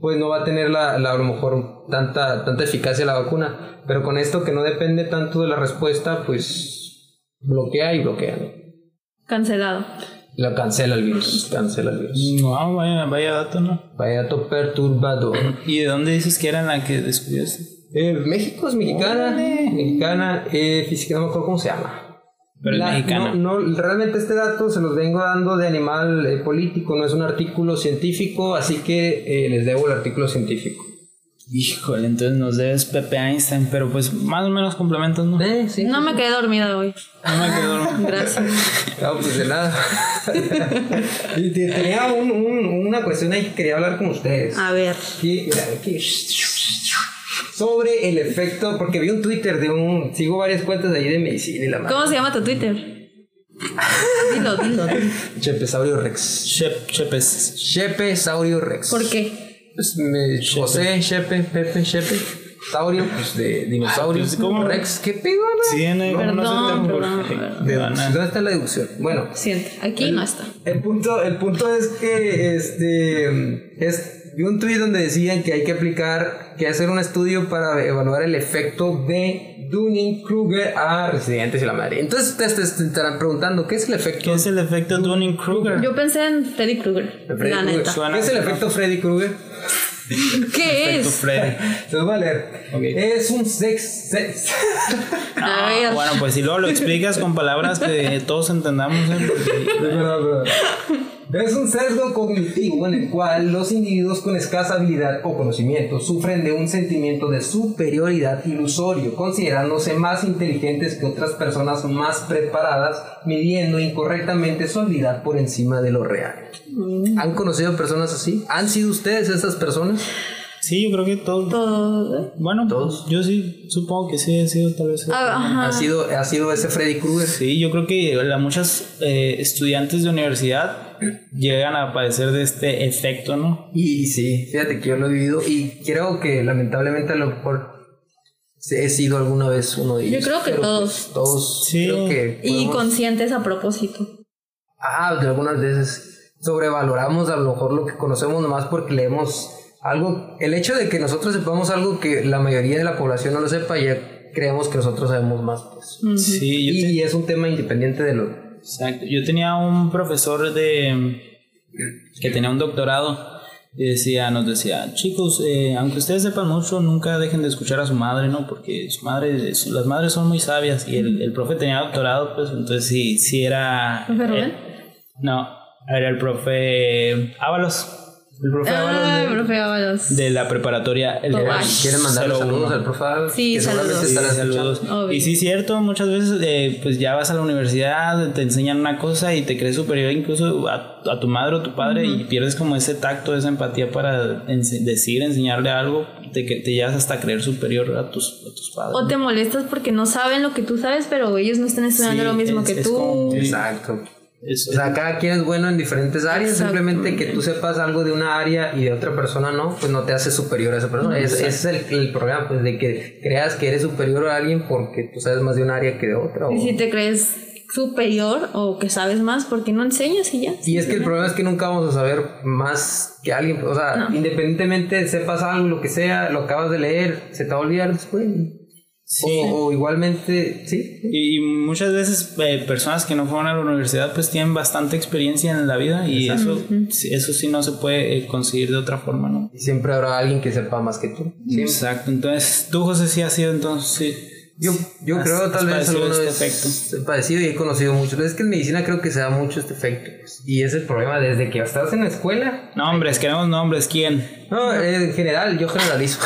Speaker 4: pues no va a tener la, la- a lo mejor tanta, tanta eficacia la vacuna. Pero con esto que no depende tanto de la respuesta, pues bloquea y bloquea. ¿no?
Speaker 3: Cancelado.
Speaker 4: Lo cancela el virus, cancela el virus.
Speaker 2: Wow, ah, vaya, vaya dato, ¿no?
Speaker 4: Vaya dato perturbador.
Speaker 2: ¿Y de dónde dices que era la que descubriste?
Speaker 4: Eh, México es mexicana, mexicana, eh, física, no me acuerdo cómo se llama.
Speaker 2: Pero es
Speaker 4: La-
Speaker 2: mexicana.
Speaker 4: No, no, realmente este dato se los vengo dando de animal eh, político, no es un artículo científico, así que eh, les debo el artículo científico.
Speaker 2: Híjole, entonces nos debes Pepe Einstein, pero pues más o menos complementos, ¿no?
Speaker 4: Eh, sí.
Speaker 3: No me quedé dormida hoy.
Speaker 2: No me quedo dormido.
Speaker 3: Gracias.
Speaker 4: No, pues de nada. Y te- Tenía un- un- una cuestión ahí que quería hablar con ustedes.
Speaker 3: A ver.
Speaker 4: Aquí, mira, aquí. Sobre el efecto, porque vi un Twitter de un. Sigo varias cuentas ahí de medicina y la madre.
Speaker 3: ¿Cómo se llama tu Twitter? Dilo, dilo. dilo.
Speaker 4: Chepesaurio Rex.
Speaker 2: Shep, Shepes.
Speaker 4: Chepesaurio Rex.
Speaker 3: ¿Por qué?
Speaker 4: Pues, me- José, Chepe, Pepe, Chepe. Saurio, pues de dinosaurio.
Speaker 2: Ah, pues, ¿cómo?
Speaker 4: Rex, qué pedo, ¿no?
Speaker 2: Sí, no, no,
Speaker 3: Perdón,
Speaker 2: no se
Speaker 3: perdón,
Speaker 2: te ocurre.
Speaker 4: De-
Speaker 2: No, no.
Speaker 4: ¿Dónde está la deducción? Bueno,
Speaker 3: Siente, aquí no está.
Speaker 4: El punto, el punto es que este es vi un tuit donde decían que hay que aplicar, que hacer un estudio para evaluar el efecto de Dunning Kruger a residentes y la madre. Entonces ustedes te estarán preguntando qué es el efecto.
Speaker 2: ¿Qué es el efecto Dunning Kruger?
Speaker 3: Yo pensé en Freddy Krueger.
Speaker 4: de Freddy
Speaker 3: La
Speaker 4: Krueger?
Speaker 3: neta.
Speaker 2: Suena-
Speaker 4: ¿Qué es el efecto Freddy Krueger?
Speaker 3: ¿Qué
Speaker 2: Efecto
Speaker 3: es?
Speaker 2: Freddy.
Speaker 4: Se los voy a leer.
Speaker 2: Ok.
Speaker 4: Es un sex, sex-
Speaker 3: A ver.
Speaker 2: Bueno, pues si luego lo explicas con palabras que todos entendamos. ¿eh? Porque-
Speaker 4: Perdón, perdón. Es un sesgo cognitivo en el cual los individuos con escasa habilidad o conocimiento sufren de un sentimiento de superioridad ilusorio, considerándose más inteligentes que otras personas más preparadas, midiendo incorrectamente su habilidad por encima de lo real. ¿Han conocido personas así? ¿Han sido ustedes esas personas?
Speaker 2: Sí, yo creo que todos.
Speaker 3: Todo.
Speaker 2: Bueno,
Speaker 4: Todos.
Speaker 2: Yo sí, supongo que sí, he sido tal vez.
Speaker 3: Ah,
Speaker 4: ¿Ha
Speaker 3: Ajá.
Speaker 4: sido, ha sido ese Freddy Krueger?
Speaker 2: Sí, yo creo que la- muchas eh, estudiantes de universidad llegan a padecer de este efecto, ¿no?
Speaker 4: Y sí, fíjate que yo lo he vivido y creo que lamentablemente a lo mejor he sido alguna vez uno de
Speaker 3: Yo
Speaker 4: ellos.
Speaker 3: creo que
Speaker 4: pero,
Speaker 3: todos.
Speaker 4: pues, todos.
Speaker 2: Sí.
Speaker 4: Creo que
Speaker 3: Y
Speaker 4: podemos-
Speaker 3: conscientes a propósito.
Speaker 4: Ah, de algunas veces sobrevaloramos a lo mejor lo que conocemos nomás porque leemos algo. El hecho de que nosotros sepamos algo que la mayoría de la población no lo sepa, ya creemos que nosotros sabemos más. Pues.
Speaker 2: Sí, yo
Speaker 4: Y,
Speaker 2: te-
Speaker 4: y es un tema independiente de lo...
Speaker 2: Exacto. Yo tenía un profesor de que tenía un doctorado y decía, nos decía, chicos, eh, aunque ustedes sepan mucho, nunca dejen de escuchar a su madre, ¿no? Porque su madre, es- las madres son muy sabias y el, el profe tenía doctorado, pues entonces sí, sí era...
Speaker 3: ¿Profe Rubén?
Speaker 2: eh, no, era el profe Ábalos. El profe
Speaker 3: Ay,
Speaker 2: Ábalos. de-
Speaker 3: profe Ábalos.
Speaker 2: de la preparatoria el
Speaker 3: Ah. Tobash.
Speaker 4: ¿Quieren mandarle saludos al profe? Adal?
Speaker 3: Sí,
Speaker 4: Que seguramente
Speaker 3: saludos.
Speaker 2: Sí,
Speaker 4: estará escuchando.
Speaker 2: saludos.
Speaker 3: Obvio.
Speaker 2: Y sí, es cierto, muchas veces eh, pues ya vas a la universidad, te enseñan una cosa y te crees superior incluso a, a tu madre o tu padre y pierdes como ese tacto, esa empatía para ense- decir, enseñarle algo, te, que- te llegas hasta a creer superior a tus, a tus padres.
Speaker 3: O te molestas porque no saben lo que tú sabes, pero ellos no están estudiando
Speaker 2: Sí,
Speaker 3: lo mismo
Speaker 2: es-
Speaker 3: que
Speaker 2: es
Speaker 3: tú.
Speaker 2: como-
Speaker 4: Exacto.
Speaker 2: Es-
Speaker 4: O sea, cada quien es bueno en diferentes áreas, simplemente que tú sepas algo de una área y de otra persona no, pues no te hace superior a esa persona. Es- ese es el, el problema, pues de que creas que eres superior a alguien porque tú sabes más de un área que de otra. o-
Speaker 3: Y si te crees superior o que sabes más, porque no enseñas y ya?
Speaker 4: Y es que el problema es que nunca vamos a saber más que alguien, o sea, independientemente sepas algo, lo que sea, lo acabas de leer, se te va a olvidar después. O, o igualmente, sí.
Speaker 2: Y, y muchas veces eh, personas que no fueron a la universidad pues tienen bastante experiencia en la vida y eso, sí- eso sí no se puede eh, conseguir de otra forma, ¿no?
Speaker 4: Y siempre habrá alguien que sepa más que tú.
Speaker 2: Exacto, entonces tú José sí has sido entonces sí.
Speaker 4: Yo, yo
Speaker 2: Has-
Speaker 4: creo
Speaker 2: has
Speaker 4: tal vez
Speaker 2: padecido
Speaker 4: alguna
Speaker 2: este
Speaker 4: vez
Speaker 2: efecto.
Speaker 4: he padecido y he conocido mucho. Es que en medicina creo que se da mucho este efecto. pues, Y es el problema desde que estás en la escuela.
Speaker 2: Nombres, queremos nombres, ¿quién?
Speaker 4: No, eh, en general, yo generalizo.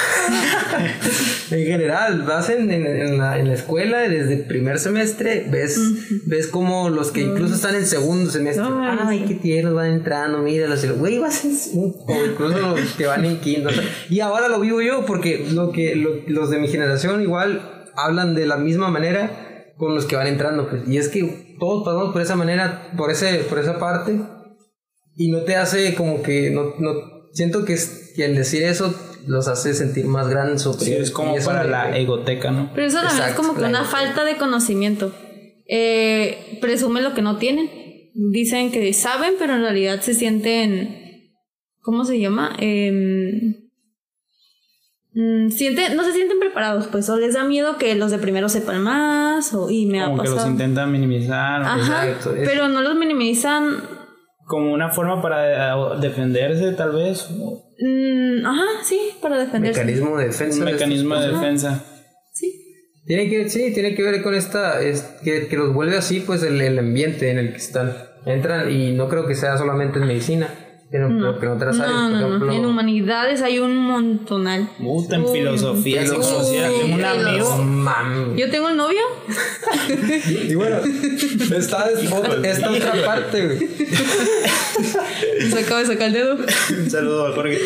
Speaker 4: en general, vas en, en- en la, en la escuela desde el primer semestre, ves, ves como los que incluso están en segundo semestre.
Speaker 3: Ay,
Speaker 4: Ay, qué tiernos van entrando, míralos. y lo- Güey, vas en segundo. O incluso los que van en quinto. o sea, Y ahora lo vivo yo porque lo que, lo- los de mi generación igual hablan de la misma manera con los que van entrando. pues. Y es que todos pasamos por esa manera, por, ese, por esa parte y no te hace como que no, no siento que, es- que el decir eso los hace sentir más grandes o
Speaker 2: Pues Sí, es como
Speaker 4: y eso
Speaker 2: para
Speaker 4: me-
Speaker 2: la egoteca, ¿no?
Speaker 3: Pero eso también es
Speaker 4: Exacto,
Speaker 3: como que
Speaker 4: la
Speaker 3: una
Speaker 4: neta.
Speaker 3: falta de conocimiento. Eh, presumen lo que no tienen. Dicen que saben, pero en realidad se sienten. ¿Cómo se llama? Em, mm, sienten, no se sienten preparados, pues, o les da miedo que los de primero sepan más, o, y me
Speaker 2: Como
Speaker 3: ha
Speaker 2: que los
Speaker 3: pasado.
Speaker 2: intentan minimizar, o sea,
Speaker 3: Ajá,
Speaker 4: Exacto, es-
Speaker 3: pero no los minimizan.
Speaker 2: como una forma para eh, defenderse tal vez, o
Speaker 3: mm, ajá, sí, para defenderse.
Speaker 4: mecanismo de defensa
Speaker 2: e-, un
Speaker 4: de estos-
Speaker 2: mecanismo de defensa.
Speaker 3: Sí.
Speaker 4: tiene que sí tiene que ver con esta es que, que los vuelve así pues el, el ambiente en el que están entran y no creo que sea solamente en medicina Pero
Speaker 3: No,
Speaker 4: creo que en otras áreas,
Speaker 3: no,
Speaker 4: por
Speaker 3: no, no.
Speaker 4: ejemplo-
Speaker 3: En humanidades hay un montonal.
Speaker 2: Puta, en
Speaker 3: Uy.
Speaker 2: filosofía, psicología.
Speaker 3: Uy,
Speaker 2: Tengo un
Speaker 3: filos-
Speaker 2: amigo.
Speaker 4: Mami.
Speaker 3: Yo tengo el novio.
Speaker 4: Y bueno, está es- ot- esta otra parte, güey.
Speaker 3: Se acaba de sacar el dedo.
Speaker 2: Un saludo a Jorge.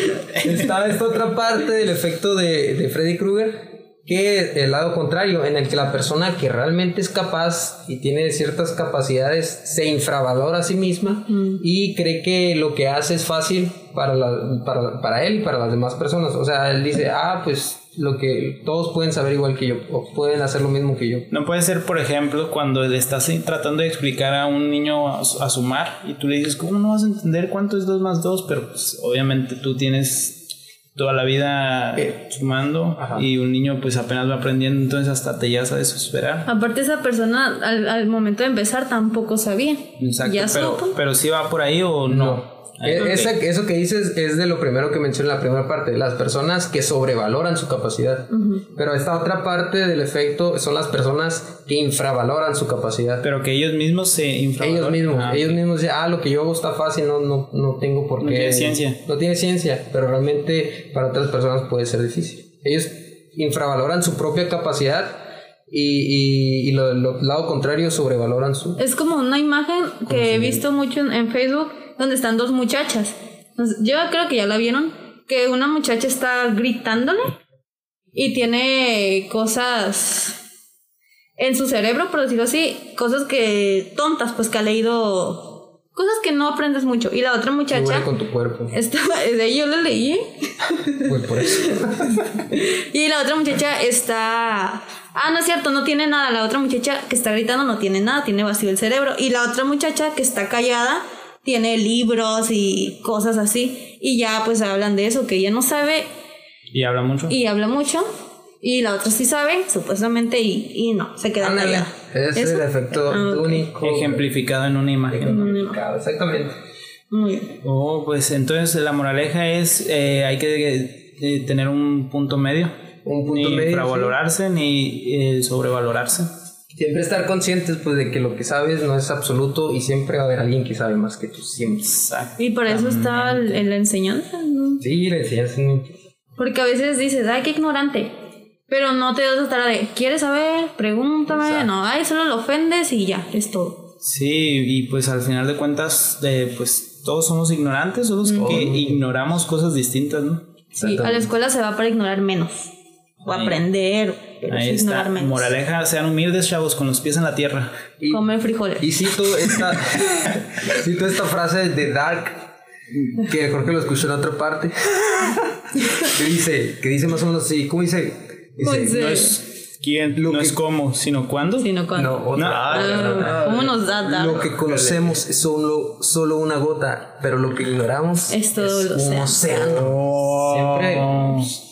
Speaker 4: Está esta otra parte del efecto de, de Freddy Krueger, que el lado contrario, en el que la persona que realmente es capaz y tiene ciertas capacidades se infravalora a sí misma y cree que lo que hace es fácil para, la- para, para él y para las demás personas. O sea, él dice, ah, pues lo que todos pueden saber igual que yo, o pueden hacer lo mismo que yo.
Speaker 2: No puede ser, por ejemplo, cuando le estás tratando de explicar a un niño a, su- a sumar y tú le dices, ¿cómo no vas a entender cuánto es 2 más 2? Pero pues, obviamente tú tienes toda la vida
Speaker 4: Eh.
Speaker 2: sumando
Speaker 4: Ajá.
Speaker 2: y un niño pues apenas va aprendiendo, entonces hasta te llegas a desesperar.
Speaker 3: Aparte, esa persona al, al momento de empezar tampoco sabía.
Speaker 2: Exacto,
Speaker 3: ya
Speaker 2: pero,
Speaker 3: supo.
Speaker 2: pero si va por ahí o no.
Speaker 4: E-
Speaker 2: Ok.
Speaker 4: esa- eso que dices es de lo primero que mencioné en la primera parte, las personas que sobrevaloran su capacidad. Pero esta otra parte del efecto son las personas que infravaloran su capacidad.
Speaker 2: Pero que ellos mismos se
Speaker 4: ellos
Speaker 2: infravaloran.
Speaker 4: mismos,
Speaker 2: Ah,
Speaker 4: ellos mismos dicen, ah, lo que yo hago está fácil, no, no, no tengo por qué.
Speaker 2: No tiene ciencia.
Speaker 4: No tiene ciencia, pero realmente para otras personas puede ser difícil. Ellos infravaloran su propia capacidad y, y, y lo, lo- lado contrario sobrevaloran su.
Speaker 3: Es como una imagen que he visto mucho en, en Facebook donde están dos muchachas. Entonces, Yo creo que ya la vieron, que una muchacha está gritándole y tiene cosas en su cerebro, por decirlo así, cosas que tontas, pues que ha leído, cosas que no aprendes mucho. Y la otra muchacha,
Speaker 4: Igual con tu cuerpo.
Speaker 3: está, de ahí yo la leí,
Speaker 4: Pues por eso.
Speaker 3: y la otra muchacha está. Ah, no es cierto, no tiene nada. La otra muchacha que está gritando no tiene nada, tiene vacío el cerebro. Y la otra muchacha que está callada tiene libros y cosas así. Y ya pues hablan de eso, que ella no sabe
Speaker 2: Y habla mucho.
Speaker 3: y habla mucho. Y la otra sí sabe, supuestamente, y, y no, se queda
Speaker 4: Ándale,
Speaker 3: callada.
Speaker 4: ese es
Speaker 3: ¿Eso?
Speaker 4: el efecto
Speaker 3: Ah, ok.
Speaker 4: único.
Speaker 2: Ejemplificado en una imagen.
Speaker 4: Ejemplificado, Exactamente.
Speaker 3: Muy bien.
Speaker 2: Oh, pues entonces la moraleja es eh, hay que eh, tener un punto medio.
Speaker 4: Un punto
Speaker 2: ni
Speaker 4: medio,
Speaker 2: infravalorarse ni eh, sobrevalorarse.
Speaker 4: Siempre estar conscientes pues, de que lo que sabes no es absoluto y siempre va a haber alguien que sabe más que tú. Siempre.
Speaker 2: Exacto.
Speaker 3: Y para eso está el, el enseñanza, ¿no?
Speaker 4: Sí, la enseñanza es muy importante.
Speaker 3: Porque a veces dices, ay, qué ignorante. Pero no te das la tarea de, ¿quieres saber? Pregúntame. No, ay, solo lo ofendes y ya, es todo.
Speaker 2: Sí, y pues al final de cuentas, eh, pues todos somos ignorantes, somos que ignoramos cosas distintas, ¿no?
Speaker 3: Sí, a la escuela se va para ignorar menos. O
Speaker 2: Ahí.
Speaker 3: aprender, pero
Speaker 2: Ahí
Speaker 3: sí
Speaker 2: está.
Speaker 3: ignorar menos.
Speaker 2: Moraleja, sean humildes, chavos, con los pies en la tierra.
Speaker 4: Y,
Speaker 3: Comer frijoles.
Speaker 4: y cito, esta, cito esta frase de Dark, que Jorge lo escuchó en otra parte, que dice, que dice más o menos así. ¿Cómo dice? Dice,
Speaker 3: Pues,
Speaker 2: No
Speaker 3: eh,
Speaker 2: es quién,
Speaker 4: Lo
Speaker 2: no
Speaker 4: que-
Speaker 2: es cómo, sino cuándo.
Speaker 3: sino con-
Speaker 4: No, otra.
Speaker 2: No,
Speaker 4: otra,
Speaker 3: Ah,
Speaker 4: otra, otra.
Speaker 3: ¿Cómo nos da dar?
Speaker 4: Lo que conocemos es solo, solo una gota, pero lo que ignoramos
Speaker 3: Es todo el
Speaker 4: un
Speaker 3: océano.
Speaker 4: océano.
Speaker 2: Oh.
Speaker 4: Siempre.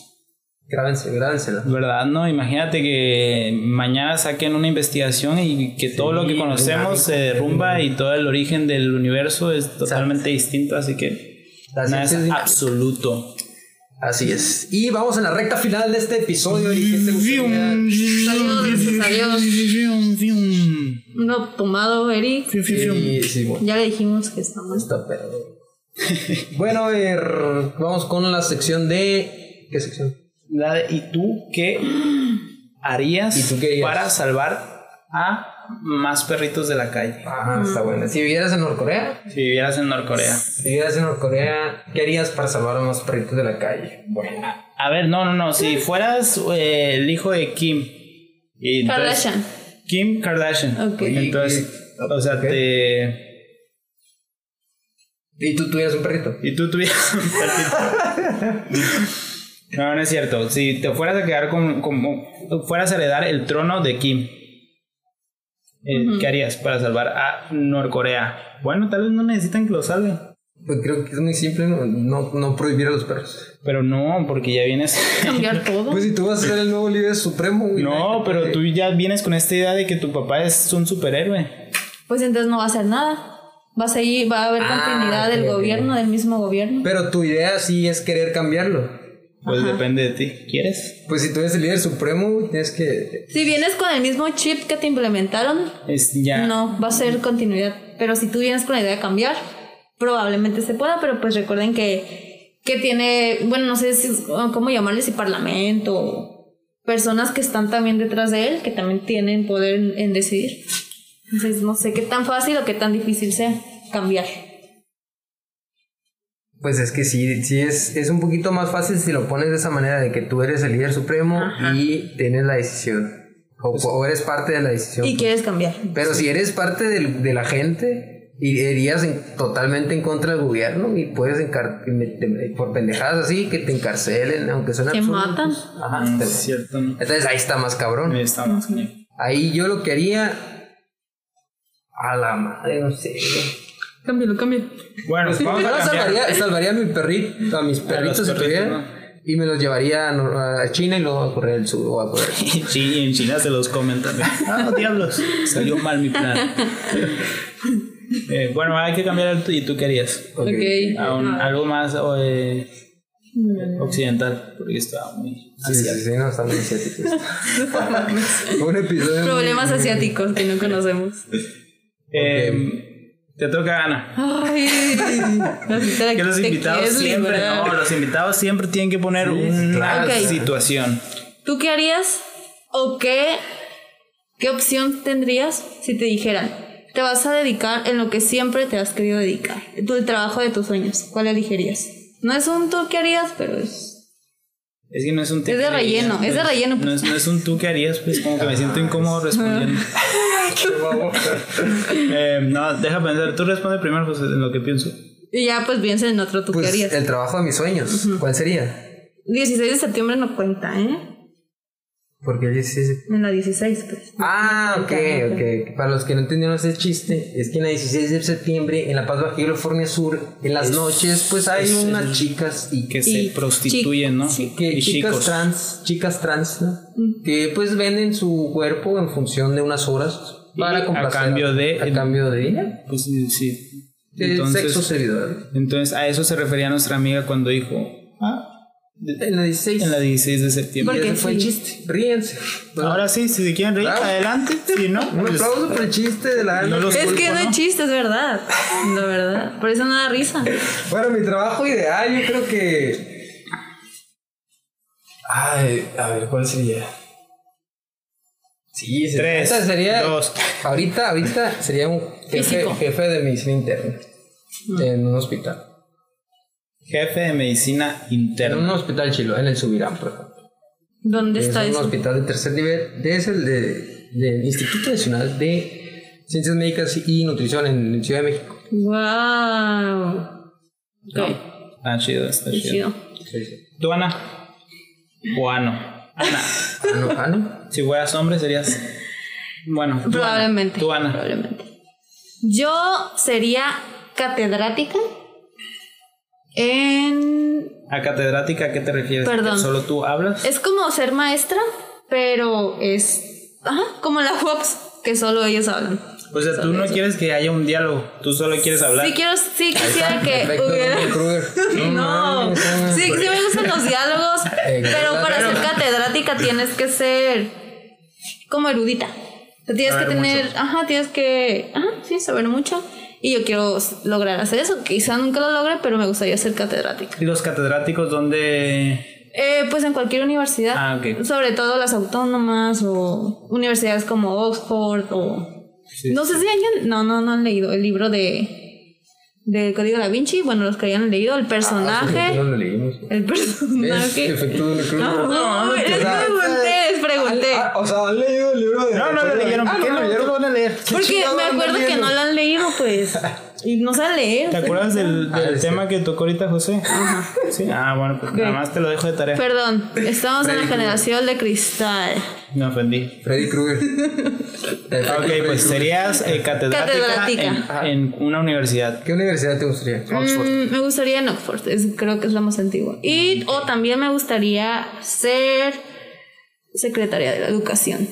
Speaker 4: Grábense, grábensela.
Speaker 2: ¿Verdad? No, imagínate que mañana saquen una investigación y que todo lo que conocemos se derrumba y todo el origen del universo es totalmente distinto, así que
Speaker 4: La
Speaker 2: nada
Speaker 4: ciencia
Speaker 2: es
Speaker 4: es dinámica.
Speaker 2: absoluto.
Speaker 4: Así es. Y vamos en la recta final de este episodio. Eric, ¿qué te gustaría?
Speaker 3: Adiós, adiós. No tomado, Eric.
Speaker 4: Sí, sí, bueno,
Speaker 3: Ya le dijimos que estamos.
Speaker 4: está perro. Bueno, er, vamos con la sección de. ¿Qué sección?
Speaker 2: La de, ¿Y tú qué harías
Speaker 4: ¿Y tú qué harías?
Speaker 2: para salvar a más perritos de la calle?
Speaker 4: Ah, está buena. Si vivieras en Norcorea,
Speaker 2: Si vivieras en Norcorea.
Speaker 4: si vivieras en Norcorea, ¿qué harías para salvar a los perritos de la calle? Bueno.
Speaker 2: A ver, no, no, no, si fueras eh, el hijo de Kim. y entonces-
Speaker 3: Kardashian.
Speaker 2: Kim Kardashian.
Speaker 3: Ok.
Speaker 2: Entonces,
Speaker 4: Y-
Speaker 2: o sea,
Speaker 4: ok.
Speaker 2: te.
Speaker 4: ¿Y tú tuvieras un perrito?
Speaker 2: Y tú tuvieras un perrito. No, no es cierto. Si te fueras a quedar con, como. Fueras a heredar el trono de Kim. eh, ¿Qué harías para salvar a Norcorea? Bueno, tal vez no necesitan que lo salve.
Speaker 4: Pues creo que es muy simple, no, no, no prohibir a los perros.
Speaker 2: Pero no, porque ya vienes.
Speaker 3: Cambiar todo.
Speaker 4: Pues si tú vas a ser el nuevo líder supremo, güey.
Speaker 2: No, pero tú ya vienes con esta idea de que tu papá es un superhéroe.
Speaker 3: Pues entonces no va a hacer nada. Va a seguir, va a haber
Speaker 4: Ah,
Speaker 3: continuidad del
Speaker 4: ok, ok.
Speaker 3: gobierno, del mismo gobierno.
Speaker 4: Pero tu idea sí es querer cambiarlo.
Speaker 2: Pues depende de ti. ¿Quieres?
Speaker 4: Pues si tú eres el líder supremo, güey, tienes que...
Speaker 3: Si vienes con el mismo chip que te implementaron,
Speaker 2: Es ya.
Speaker 3: no, va a ser continuidad. Pero si tú vienes con la idea de cambiar, probablemente se pueda, pero pues recuerden que, que tiene, bueno, no sé si, cómo llamarle, si parlamento o personas que están también detrás de él, que también tienen poder en, en decidir. Entonces, no sé qué tan fácil o qué tan difícil sea cambiar.
Speaker 4: Pues es que sí, sí es, es un poquito más fácil si lo pones de esa manera, de que tú eres el líder supremo
Speaker 3: Ajá.
Speaker 4: y tienes la decisión. O, o eres parte de la decisión.
Speaker 3: Y quieres cambiar.
Speaker 4: Pero si eres parte del- de la gente, y- irías en- totalmente en contra del gobierno y puedes encar- me- te- por pendejadas así que te encarcelen, aunque suene
Speaker 3: Te
Speaker 4: absurdo,
Speaker 3: matan.
Speaker 4: pues, ajá,
Speaker 2: No
Speaker 4: te-
Speaker 2: es cierto, ¿no?
Speaker 4: entonces ahí está más cabrón.
Speaker 2: Está más cañón.
Speaker 4: Ahí yo lo que haría. A la madre, no sé.
Speaker 3: Cámbialo, cámbialo.
Speaker 2: Bueno, vamos a
Speaker 4: Yo
Speaker 2: cambiar.
Speaker 4: salvaría, salvaría a mi perrito, a mis perritos si
Speaker 2: perritos,
Speaker 4: tuviera,
Speaker 2: ¿no?
Speaker 4: y me los llevaría a, Nor- a China y luego a Corea del Sur o a Corea.
Speaker 2: Sí, en China se los comen también. Ah, diablos, salió mal mi plan. Eh, bueno, hay que cambiar el tu- y tú querías
Speaker 4: Ok.
Speaker 3: Ok.
Speaker 2: a un-
Speaker 3: Ah.
Speaker 2: algo más o, eh, occidental, porque estaba muy
Speaker 4: Sí, sí, sí, no, están muy asiáticos. Un episodio. muy-
Speaker 3: Problemas asiáticos que no conocemos.
Speaker 2: Eh, Te toca Ana.
Speaker 3: Ay,
Speaker 2: Que los invitados siempre, no, los invitados siempre tienen que poner una
Speaker 4: claro.
Speaker 3: Ok.
Speaker 2: situación.
Speaker 3: ¿Tú qué harías o qué, qué opción tendrías si te dijeran, te vas a dedicar en lo que siempre te has querido dedicar, tu, el trabajo de tus sueños? ¿Cuál elegirías? No es un tú qué harías, pero es...
Speaker 2: Es que no es un tú
Speaker 3: Es de
Speaker 2: que harías,
Speaker 3: relleno,
Speaker 2: no
Speaker 3: es de relleno,
Speaker 2: pues, No es, no es un tú que harías, pues como que me siento incómodo respondiendo. Eh, no, deja pensar, tú responde primero pues, en lo que pienso.
Speaker 3: Y ya pues piensa en otro tú qué
Speaker 4: Pues
Speaker 3: harías.
Speaker 4: el trabajo de mis sueños. ¿Cuál sería?
Speaker 3: 16 de septiembre no cuenta, ¿eh?
Speaker 4: Porque el 16.
Speaker 3: En la 16, pues.
Speaker 4: Ah, ok, ok. Para los que no entendieron ese chiste, es que en la 16 de septiembre, en La Paz Baja California Sur, en las noches, pues hay
Speaker 2: es-
Speaker 4: unas
Speaker 2: es-
Speaker 4: chicas y
Speaker 2: Que
Speaker 3: Y
Speaker 2: se prostituyen, ¿no?
Speaker 3: chi-
Speaker 4: que
Speaker 2: y
Speaker 4: chicas
Speaker 2: chicos.
Speaker 4: trans, chicas trans, ¿no? que pues venden su cuerpo en función de unas horas
Speaker 2: Y
Speaker 4: para
Speaker 2: a
Speaker 4: complacer
Speaker 2: cambio de-
Speaker 4: a cambio de,
Speaker 2: Pues sí, sí.
Speaker 4: de sexo servidor.
Speaker 2: entonces a eso se refería nuestra amiga cuando dijo "Ah,
Speaker 4: En la 16.
Speaker 2: en la 16 de septiembre.
Speaker 3: Porque
Speaker 4: Ese fue el
Speaker 3: sí.
Speaker 4: chiste. Ríense.
Speaker 2: Ahora sí, si se quieren reír,
Speaker 4: Bravo.
Speaker 2: adelante. Si no,
Speaker 4: Un
Speaker 2: pues,
Speaker 4: aplauso por el chiste de la
Speaker 2: no los
Speaker 3: Es
Speaker 4: pues,
Speaker 2: culpo,
Speaker 3: que no
Speaker 2: ¿no?
Speaker 3: es chiste, es verdad. La verdad. Por eso no da risa.
Speaker 4: Bueno, mi trabajo ideal, yo creo que. Ay, a ver, ¿cuál sería? Sí, se-
Speaker 2: Tres,
Speaker 4: esa sería.
Speaker 2: dos.
Speaker 4: Ahorita, ahorita sería un jefe,
Speaker 3: Físico.
Speaker 4: jefe de medicina interna en un hospital.
Speaker 2: Jefe de medicina
Speaker 4: En
Speaker 2: interna.
Speaker 4: un hospital chilo, en el Subirán, por ejemplo.
Speaker 3: ¿Dónde
Speaker 4: Es
Speaker 3: está
Speaker 4: un
Speaker 3: eso?
Speaker 4: hospital de tercer nivel. de- Es el de- del Instituto Nacional de Ciencias Médicas y Nutrición en Ciudad de México.
Speaker 3: Wow. Ok,
Speaker 2: Está Ah, chido, está
Speaker 3: qué
Speaker 2: chido.
Speaker 3: chido.
Speaker 4: Sí, sí.
Speaker 2: ¿Tú, Ana? O Ano. Ana.
Speaker 4: Ah, no, ah, no.
Speaker 2: Si fueras hombre, serías. Bueno, tú, Ana.
Speaker 3: Probablemente.
Speaker 2: Tú, Ana.
Speaker 3: Probablemente. Yo sería catedrática en...
Speaker 2: ¿A catedrática a qué te refieres?
Speaker 3: Perdón.
Speaker 2: ¿Que ¿Solo tú hablas?
Speaker 3: Es como ser maestra, pero es... Ajá, como la UAPS, que solo ellos hablan.
Speaker 2: O sea, tú no quieres que haya un diálogo. Tú solo quieres hablar.
Speaker 3: Sí quiero, sí quisiera que
Speaker 4: Perfecto,
Speaker 3: hubiera...
Speaker 4: Dunning Kruger.
Speaker 3: No,
Speaker 4: mames, no mames.
Speaker 3: sí, sí me gustan los diálogos,
Speaker 4: Eh,
Speaker 3: pero para
Speaker 4: pero-
Speaker 3: ser catedrática tienes que ser como erudita. O sea, Tienes que
Speaker 2: Saber
Speaker 3: tener, ajá, tienes que, ajá, sí, saber mucho. Y yo quiero s- lograr hacer eso. Quizá nunca lo logre, pero me gustaría ser catedrática.
Speaker 2: ¿Y los catedráticos dónde.?
Speaker 3: Eh, pues en cualquier universidad,
Speaker 2: Ah, ok.
Speaker 3: sobre todo las autónomas o universidades como Oxford o...
Speaker 2: Sí.
Speaker 3: no sé si hayan... No, no, no han leído el libro de... Del Código Da Vinci, bueno, los que hayan leído, el personaje...
Speaker 4: Ah, sí, no lo leímos.
Speaker 3: El
Speaker 4: Es
Speaker 3: personaje.
Speaker 4: efecto Dunning Kruger.
Speaker 3: No, no, no, les
Speaker 4: Ah,
Speaker 3: pregunté, les pregunté.
Speaker 4: ah, O sea, ¿han leído el libro de.?
Speaker 2: No, no lo leyeron.
Speaker 4: Ah,
Speaker 2: ¿Por qué
Speaker 4: no
Speaker 2: no
Speaker 4: lo
Speaker 2: no
Speaker 4: leyeron.
Speaker 2: lo van a leer?
Speaker 3: Porque
Speaker 4: chingado
Speaker 3: me
Speaker 4: andan
Speaker 3: acuerdo que
Speaker 4: viendo?
Speaker 3: no lo han leído, pues. Y no saben leer.
Speaker 2: ¿Te acuerdas del,
Speaker 4: Ah,
Speaker 2: del
Speaker 4: sí.
Speaker 2: tema que tocó ahorita José? Sí. Ah, bueno, pues nada más te lo dejo de tarea.
Speaker 3: Perdón, estamos en la generación de cristal.
Speaker 2: Me ofendí.
Speaker 4: Freddy Krueger. Efecto
Speaker 2: Ok,
Speaker 4: Freddy
Speaker 2: pues
Speaker 4: Krueger.
Speaker 2: serías eh, catedrática,
Speaker 3: Catedrática.
Speaker 2: En, en una universidad.
Speaker 4: ¿Qué universidad te gustaría? Oxford.
Speaker 3: Mm, me gustaría en Oxford, es- creo que es la más antigua. Y
Speaker 2: Mm.
Speaker 3: o también me gustaría ser secretaria de la educación.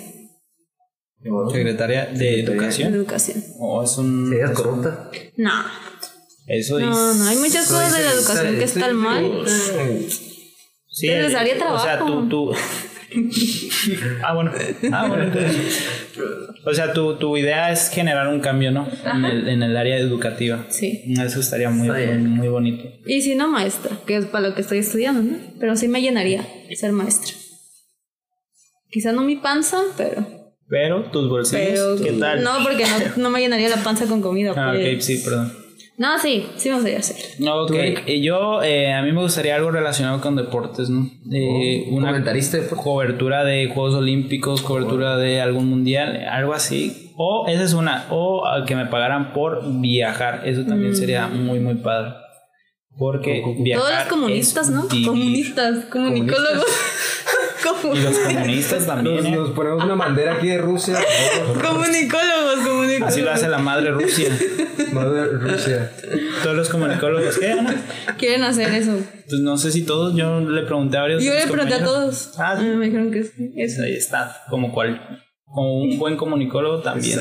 Speaker 2: Secretaria de Educación.
Speaker 3: Educación.
Speaker 2: O es un.
Speaker 4: Serías corrupta.
Speaker 3: No,
Speaker 2: Eso dice.
Speaker 3: no, no, hay muchas cosas de la educación que están mal.
Speaker 4: Mm.
Speaker 2: Sí,
Speaker 3: Pero les daría
Speaker 2: O sea,
Speaker 3: trabajo.
Speaker 2: tú, tú, Ah, bueno. Ah, bueno. O sea, tu, tu idea es generar un cambio, ¿no? En el, en el área educativa.
Speaker 3: Sí.
Speaker 2: Eso estaría muy,
Speaker 4: Está
Speaker 2: muy,
Speaker 4: bien.
Speaker 2: muy bonito.
Speaker 3: Y si no maestra, que es para lo que estoy estudiando, ¿no? Pero sí me llenaría ser maestra. Quizá no mi panza, pero...
Speaker 2: Pero tus
Speaker 3: pero
Speaker 2: bolsillos, ¿qué tal?
Speaker 3: No, porque no, no me llenaría la panza con comida.
Speaker 2: Ah,
Speaker 3: pues.
Speaker 2: ok, sí, perdón.
Speaker 3: No, sí, sí me gustaría hacer.
Speaker 2: No, ok.
Speaker 4: ¿Tú, Eric?
Speaker 2: Y yo, eh, a mí me gustaría algo relacionado con deportes, ¿no? Eh,
Speaker 4: Oh, comentarista de deportes.
Speaker 2: cobertura de Juegos Olímpicos, cobertura de algún mundial, algo así. O esa es una. O a que me pagaran por viajar. Eso también sería muy, muy padre. Porque viajar.
Speaker 3: Mm. Todos los comunistas,
Speaker 2: es
Speaker 3: ¿no?
Speaker 2: vivir.
Speaker 3: Comunistas, comunicólogos.
Speaker 2: Y los
Speaker 3: Comun-
Speaker 2: comunistas también.
Speaker 4: Nos,
Speaker 2: ¿eh?
Speaker 4: nos ponemos una bandera aquí de Rusia.
Speaker 3: Comunicólogos, comunicólogos.
Speaker 2: Así lo hace la madre Rusia.
Speaker 4: Madre Rusia.
Speaker 2: Todos los comunicólogos. ¿Qué, Ana?
Speaker 3: Quieren hacer eso.
Speaker 2: Pues no sé si todos. Yo le pregunté a varios. de
Speaker 3: Yo
Speaker 2: mis
Speaker 3: le pregunté a
Speaker 2: compañeros.
Speaker 3: todos.
Speaker 2: Ah, sí.
Speaker 3: Me dijeron que sí. Eso.
Speaker 2: Ahí está, como cual, como un buen comunicólogo también.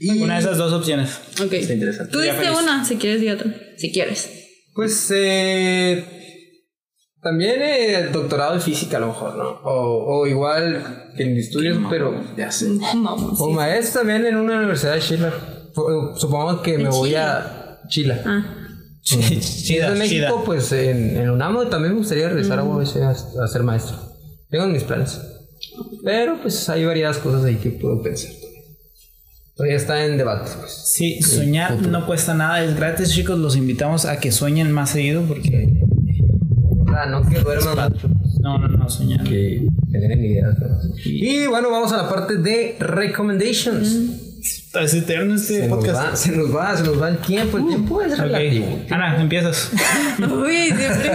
Speaker 4: Y
Speaker 2: Una de esas dos opciones.
Speaker 3: Ok.
Speaker 4: Está interesante.
Speaker 3: Tú
Speaker 2: Ya
Speaker 3: diste
Speaker 2: feliz.
Speaker 3: una, si quieres, di otra. Si quieres.
Speaker 4: Pues eh, también eh, doctorado en física a lo mejor, ¿no? O, o igual que en estudios, pero ya sé.
Speaker 3: Vamos.
Speaker 4: O maestro también en una universidad de Chile. Fu- Supongo que me voy
Speaker 3: Chile?
Speaker 4: a Chile.
Speaker 3: Ah,
Speaker 4: de
Speaker 2: Chida,
Speaker 4: México,
Speaker 2: chida.
Speaker 4: pues en, en UNAM también me gustaría regresar a UABC a, a ser maestro. Tengo mis planes. Pero pues hay varias cosas ahí que puedo pensar. Todavía está en debate. Pues.
Speaker 2: Sí, soñar no cuesta nada, es gratis, chicos. Los invitamos a que sueñen más seguido porque
Speaker 4: Ah, no que duerman mucho. pues,
Speaker 2: no, no, no, soñar.
Speaker 4: Que tengan ideas. ¿no? Y bueno, vamos a la parte de recommendations.
Speaker 2: Es eterno este
Speaker 4: Se, nos
Speaker 2: podcast.
Speaker 4: va, se nos va, se nos va el tiempo. El tiempo es
Speaker 2: Ok.
Speaker 4: relativo.
Speaker 2: Ana, empiezas.
Speaker 3: Uy, siempre.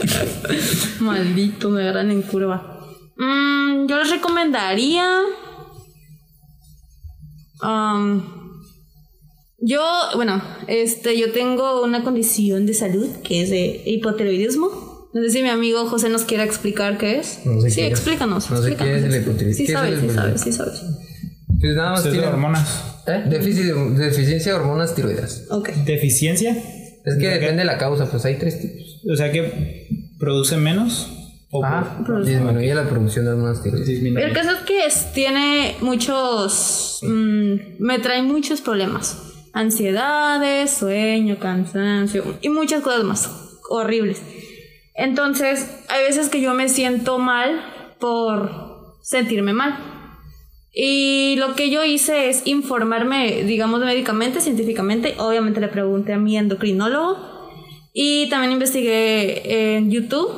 Speaker 3: Maldito, me agarran en curva. Mm, yo les recomendaría. am, um, yo, bueno, este, yo tengo una condición de salud que es de hipotiroidismo. No sé si mi amigo José nos quiera explicar qué es.
Speaker 4: No sé
Speaker 3: sí,
Speaker 4: qué es.
Speaker 3: explícanos.
Speaker 4: No sé qué
Speaker 3: explícanos.
Speaker 4: es el hipotiroidismo.
Speaker 3: Sí
Speaker 4: ¿Qué es el
Speaker 3: sabes, sí
Speaker 4: hipotiroidismo?
Speaker 3: sabes, sí sabes.
Speaker 4: Pues nada más
Speaker 2: Es de
Speaker 4: tiene-
Speaker 2: hormonas.
Speaker 4: ¿Eh? Déficit de- deficiencia de hormonas tiroideas.
Speaker 3: Ok.
Speaker 2: Deficiencia,
Speaker 4: Es que depende de la causa, pues hay tres tipos.
Speaker 2: o sea que produce menos o
Speaker 4: Ah, disminuye la producción de hormonas tiroideas.
Speaker 2: disminuye.
Speaker 3: El caso es que es- tiene muchos. mm, me trae muchos problemas. Ansiedades, sueño, cansancio y muchas cosas más horribles. Entonces, hay veces que yo me siento mal por sentirme mal. Y lo que yo hice es informarme, digamos, médicamente, científicamente. Obviamente le pregunté a mi endocrinólogo. Y también investigué en YouTube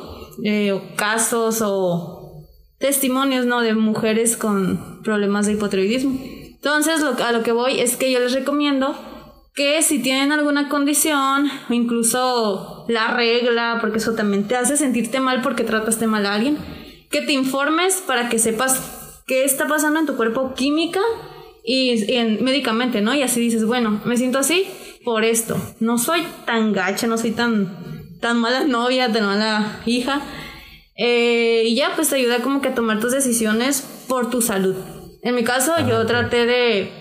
Speaker 3: eh, o casos o testimonios, ¿no? De mujeres con problemas de hipotiroidismo. Entonces, lo- a lo que voy es que yo les recomiendo que si tienen alguna condición o incluso la regla, porque eso también te hace sentirte mal porque trataste mal a alguien, que te informes para que sepas qué está pasando en tu cuerpo química y, y en- médicamente, ¿no? Y así dices, bueno, me siento así por esto. No soy tan gacha, no soy tan, tan mala novia, tan mala hija. Eh, y ya, pues te ayuda como que a tomar tus decisiones por tu salud. En mi caso, yo traté de,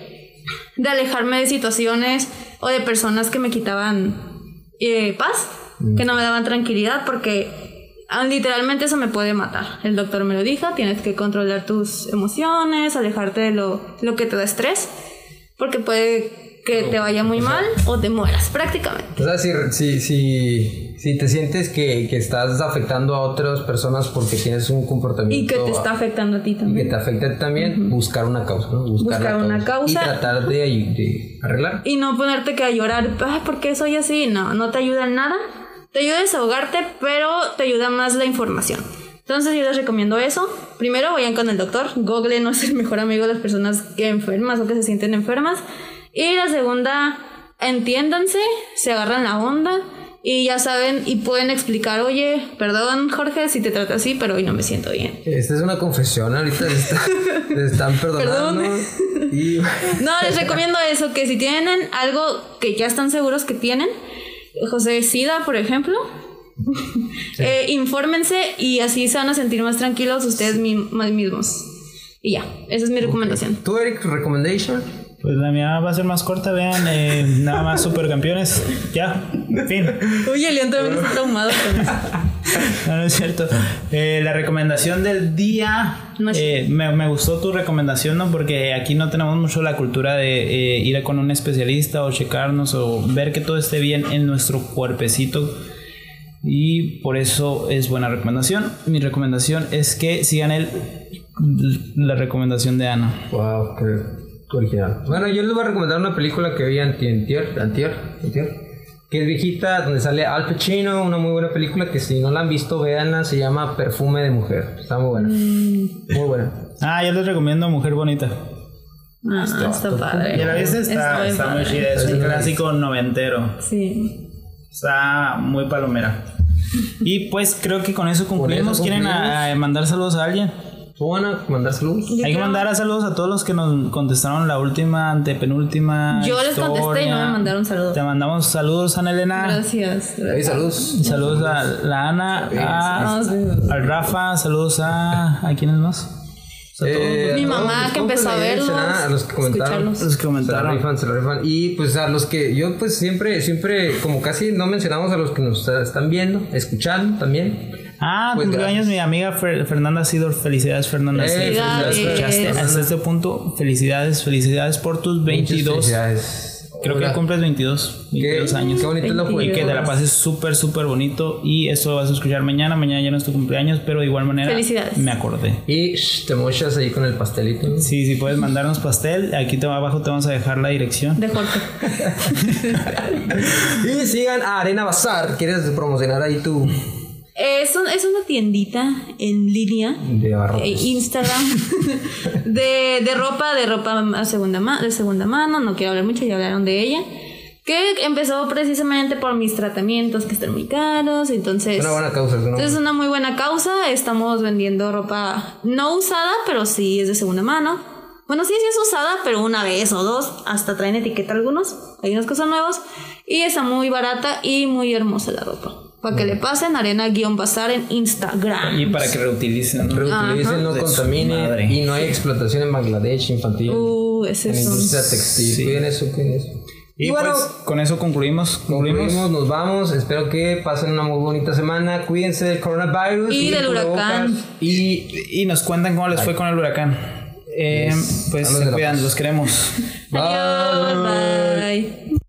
Speaker 3: de alejarme de situaciones o de personas que me quitaban eh, paz,
Speaker 4: Mm.
Speaker 3: que no me daban tranquilidad, porque ah, literalmente eso me puede matar. El doctor me lo dijo, tienes que controlar tus emociones, alejarte de lo, lo que te da estrés, porque puede que te vaya muy mal o te mueras prácticamente.
Speaker 4: O sea, si, si, si, si te sientes que, que estás afectando a otras personas porque tienes un comportamiento
Speaker 3: Y que te está afectando a ti
Speaker 4: ah, y que
Speaker 3: también.
Speaker 4: te afecta también, buscar una causa, ¿no? Buscar,
Speaker 3: Buscar
Speaker 4: la
Speaker 3: una causa.
Speaker 4: Y tratar de, de arreglar.
Speaker 3: Y no ponerte que a llorar, ay, ¿por qué soy así? No, no te ayuda en nada. Te ayuda a desahogarte, pero te ayuda más la información. Entonces yo les recomiendo eso. Primero vayan con el doctor. Google no es el mejor amigo de las personas que enfermas o que se sienten enfermas. Y la segunda, entiéndanse, se agarran la onda y ya saben y pueden explicar, oye, perdón Jorge si te trato así, pero hoy no me siento bien.
Speaker 4: Esta es una confesión, ahorita les, está- les están perdonando. Y
Speaker 3: No, les recomiendo eso, que si tienen algo que ya están seguros que tienen, José Sida, por ejemplo, eh, infórmense y así se van a sentir más tranquilos ustedes mi- más mismos. Y ya, esa es mi recomendación.
Speaker 4: tú, Eric, recommendation.
Speaker 2: Pues la mía va a ser más corta, vean, eh, nada más supercampeones. Ya, fin.
Speaker 3: Oye, León también está traumado con eso.
Speaker 2: No, no es cierto. Eh, la recomendación del día.
Speaker 3: No es-
Speaker 2: eh, me, me gustó tu recomendación, ¿no? Porque aquí no tenemos mucho la cultura de eh, ir con un especialista o checarnos o ver que todo esté bien en nuestro cuerpecito. Y por eso es buena recomendación. Mi recomendación es que sigan el, la recomendación de Ana.
Speaker 4: Wow, qué original. Bueno, yo les voy a recomendar una película que vi anti- antier, antier, antier, que es viejita, donde sale Al Pacino, una muy buena película que si no la han visto, véanla, se llama Perfume de Mujer. Está muy buena.
Speaker 3: Mm.
Speaker 4: Muy buena.
Speaker 2: Ah, yo les recomiendo Mujer Bonita.
Speaker 3: Ah, está, padre.
Speaker 2: Ya la viste, está,
Speaker 3: bien
Speaker 2: está muy
Speaker 3: padre.
Speaker 2: chida. Es un clásico noventero.
Speaker 3: Sí.
Speaker 2: Está muy palomera. Y pues creo que con eso concluimos. ¿Quieren a- a mandar saludos a alguien?
Speaker 4: ¿Tú van a mandar saludos?
Speaker 3: Yo
Speaker 2: Hay que
Speaker 3: creo-
Speaker 2: mandar a saludos a todos los que nos contestaron la última, antepenúltima.
Speaker 3: Yo les contesté y no me
Speaker 2: historia.
Speaker 3: mandaron saludos.
Speaker 2: Te mandamos saludos, Ana Elena.
Speaker 3: Gracias.
Speaker 4: Ahí, saludos.
Speaker 2: Saludos a la Ana, a-
Speaker 3: Nos vemos.
Speaker 2: al Rafa, saludos a. ¿A quiénes más? A todos
Speaker 4: Eh,
Speaker 3: Mi
Speaker 4: no,
Speaker 3: mamá
Speaker 4: pues,
Speaker 3: que empezó a
Speaker 4: cómprenle,
Speaker 3: verlos,
Speaker 4: será a los que comentaron.
Speaker 3: escucharlos.
Speaker 2: los que
Speaker 4: Se la
Speaker 2: comentaron.
Speaker 4: rifan, se la rifan. Y pues a los que yo pues siempre, siempre, como casi no mencionamos a los que nos está- están viendo, escuchando también.
Speaker 2: Ah,
Speaker 4: Pues,
Speaker 2: cumpleaños mi amiga Fer- Fernanda Sidor. Felicidades, Fernanda.
Speaker 4: Eh,
Speaker 2: Sí,
Speaker 4: felicidades,
Speaker 2: escuchaste
Speaker 4: Fernanda.
Speaker 2: hasta este punto. Felicidades, felicidades por tus 22.
Speaker 4: Felicidades.
Speaker 2: Creo
Speaker 4: Hola.
Speaker 2: que cumples 22,
Speaker 4: Qué-
Speaker 2: 22 años.
Speaker 4: Qué bonita es la
Speaker 3: 22.
Speaker 2: Y
Speaker 4: juventud.
Speaker 2: que te la pases súper, súper bonito. Y eso vas a escuchar mañana. Mañana ya no es tu cumpleaños, pero de igual manera.
Speaker 3: Felicidades.
Speaker 2: Me acordé.
Speaker 4: Y shh, te mochas ahí con el pastelito.
Speaker 2: Sí, si puedes mandarnos pastel. Aquí te- abajo te vamos a dejar la dirección.
Speaker 3: De Jorge.
Speaker 4: Y sigan a Arena Bazar. ¿Quieres promocionar ahí tu
Speaker 3: Es, un- es una tiendita en línea.
Speaker 4: de
Speaker 3: eh,
Speaker 4: abarrotes?
Speaker 3: Instagram de, de ropa, de ropa a segunda ma- de segunda mano, no quiero hablar mucho, ya hablaron de ella, que empezó precisamente por mis tratamientos que están muy caros, entonces
Speaker 4: Es una buena causa. es una
Speaker 3: entonces,
Speaker 4: buena-
Speaker 3: es una muy buena causa. Estamos vendiendo ropa no usada, pero sí es de segunda mano. Bueno, sí, sí es usada, pero una vez o dos. Hasta traen etiqueta algunos. Hay unas cosas nuevas. Y está muy barata y muy hermosa la ropa. Para que le pasen arena-bazar en Instagram.
Speaker 2: Y para que reutilicen. ¿no?
Speaker 4: Reutilicen, no
Speaker 2: De su
Speaker 4: contaminen.
Speaker 2: madre.
Speaker 4: Y no hay explotación en Bangladesh infantil.
Speaker 3: Uh, ese
Speaker 4: en la
Speaker 3: es un-
Speaker 4: industria textil.
Speaker 2: Sí.
Speaker 4: Cuiden eso, cuiden eso.
Speaker 2: Y,
Speaker 4: Y, bueno,
Speaker 2: pues, con eso concluimos. Concluimos.
Speaker 4: concluimos, nos vamos. Espero que pasen una muy bonita semana. Cuídense del coronavirus.
Speaker 3: Y
Speaker 4: usen
Speaker 3: del huracán.
Speaker 4: cubrebocas.
Speaker 2: Y, y nos cuentan cómo les fue con el huracán. Eh,
Speaker 4: Yes.
Speaker 2: Pues
Speaker 4: Saludos
Speaker 2: se
Speaker 4: de La
Speaker 2: cuidan,
Speaker 4: Paz.
Speaker 2: los queremos.
Speaker 3: Adiós, bye.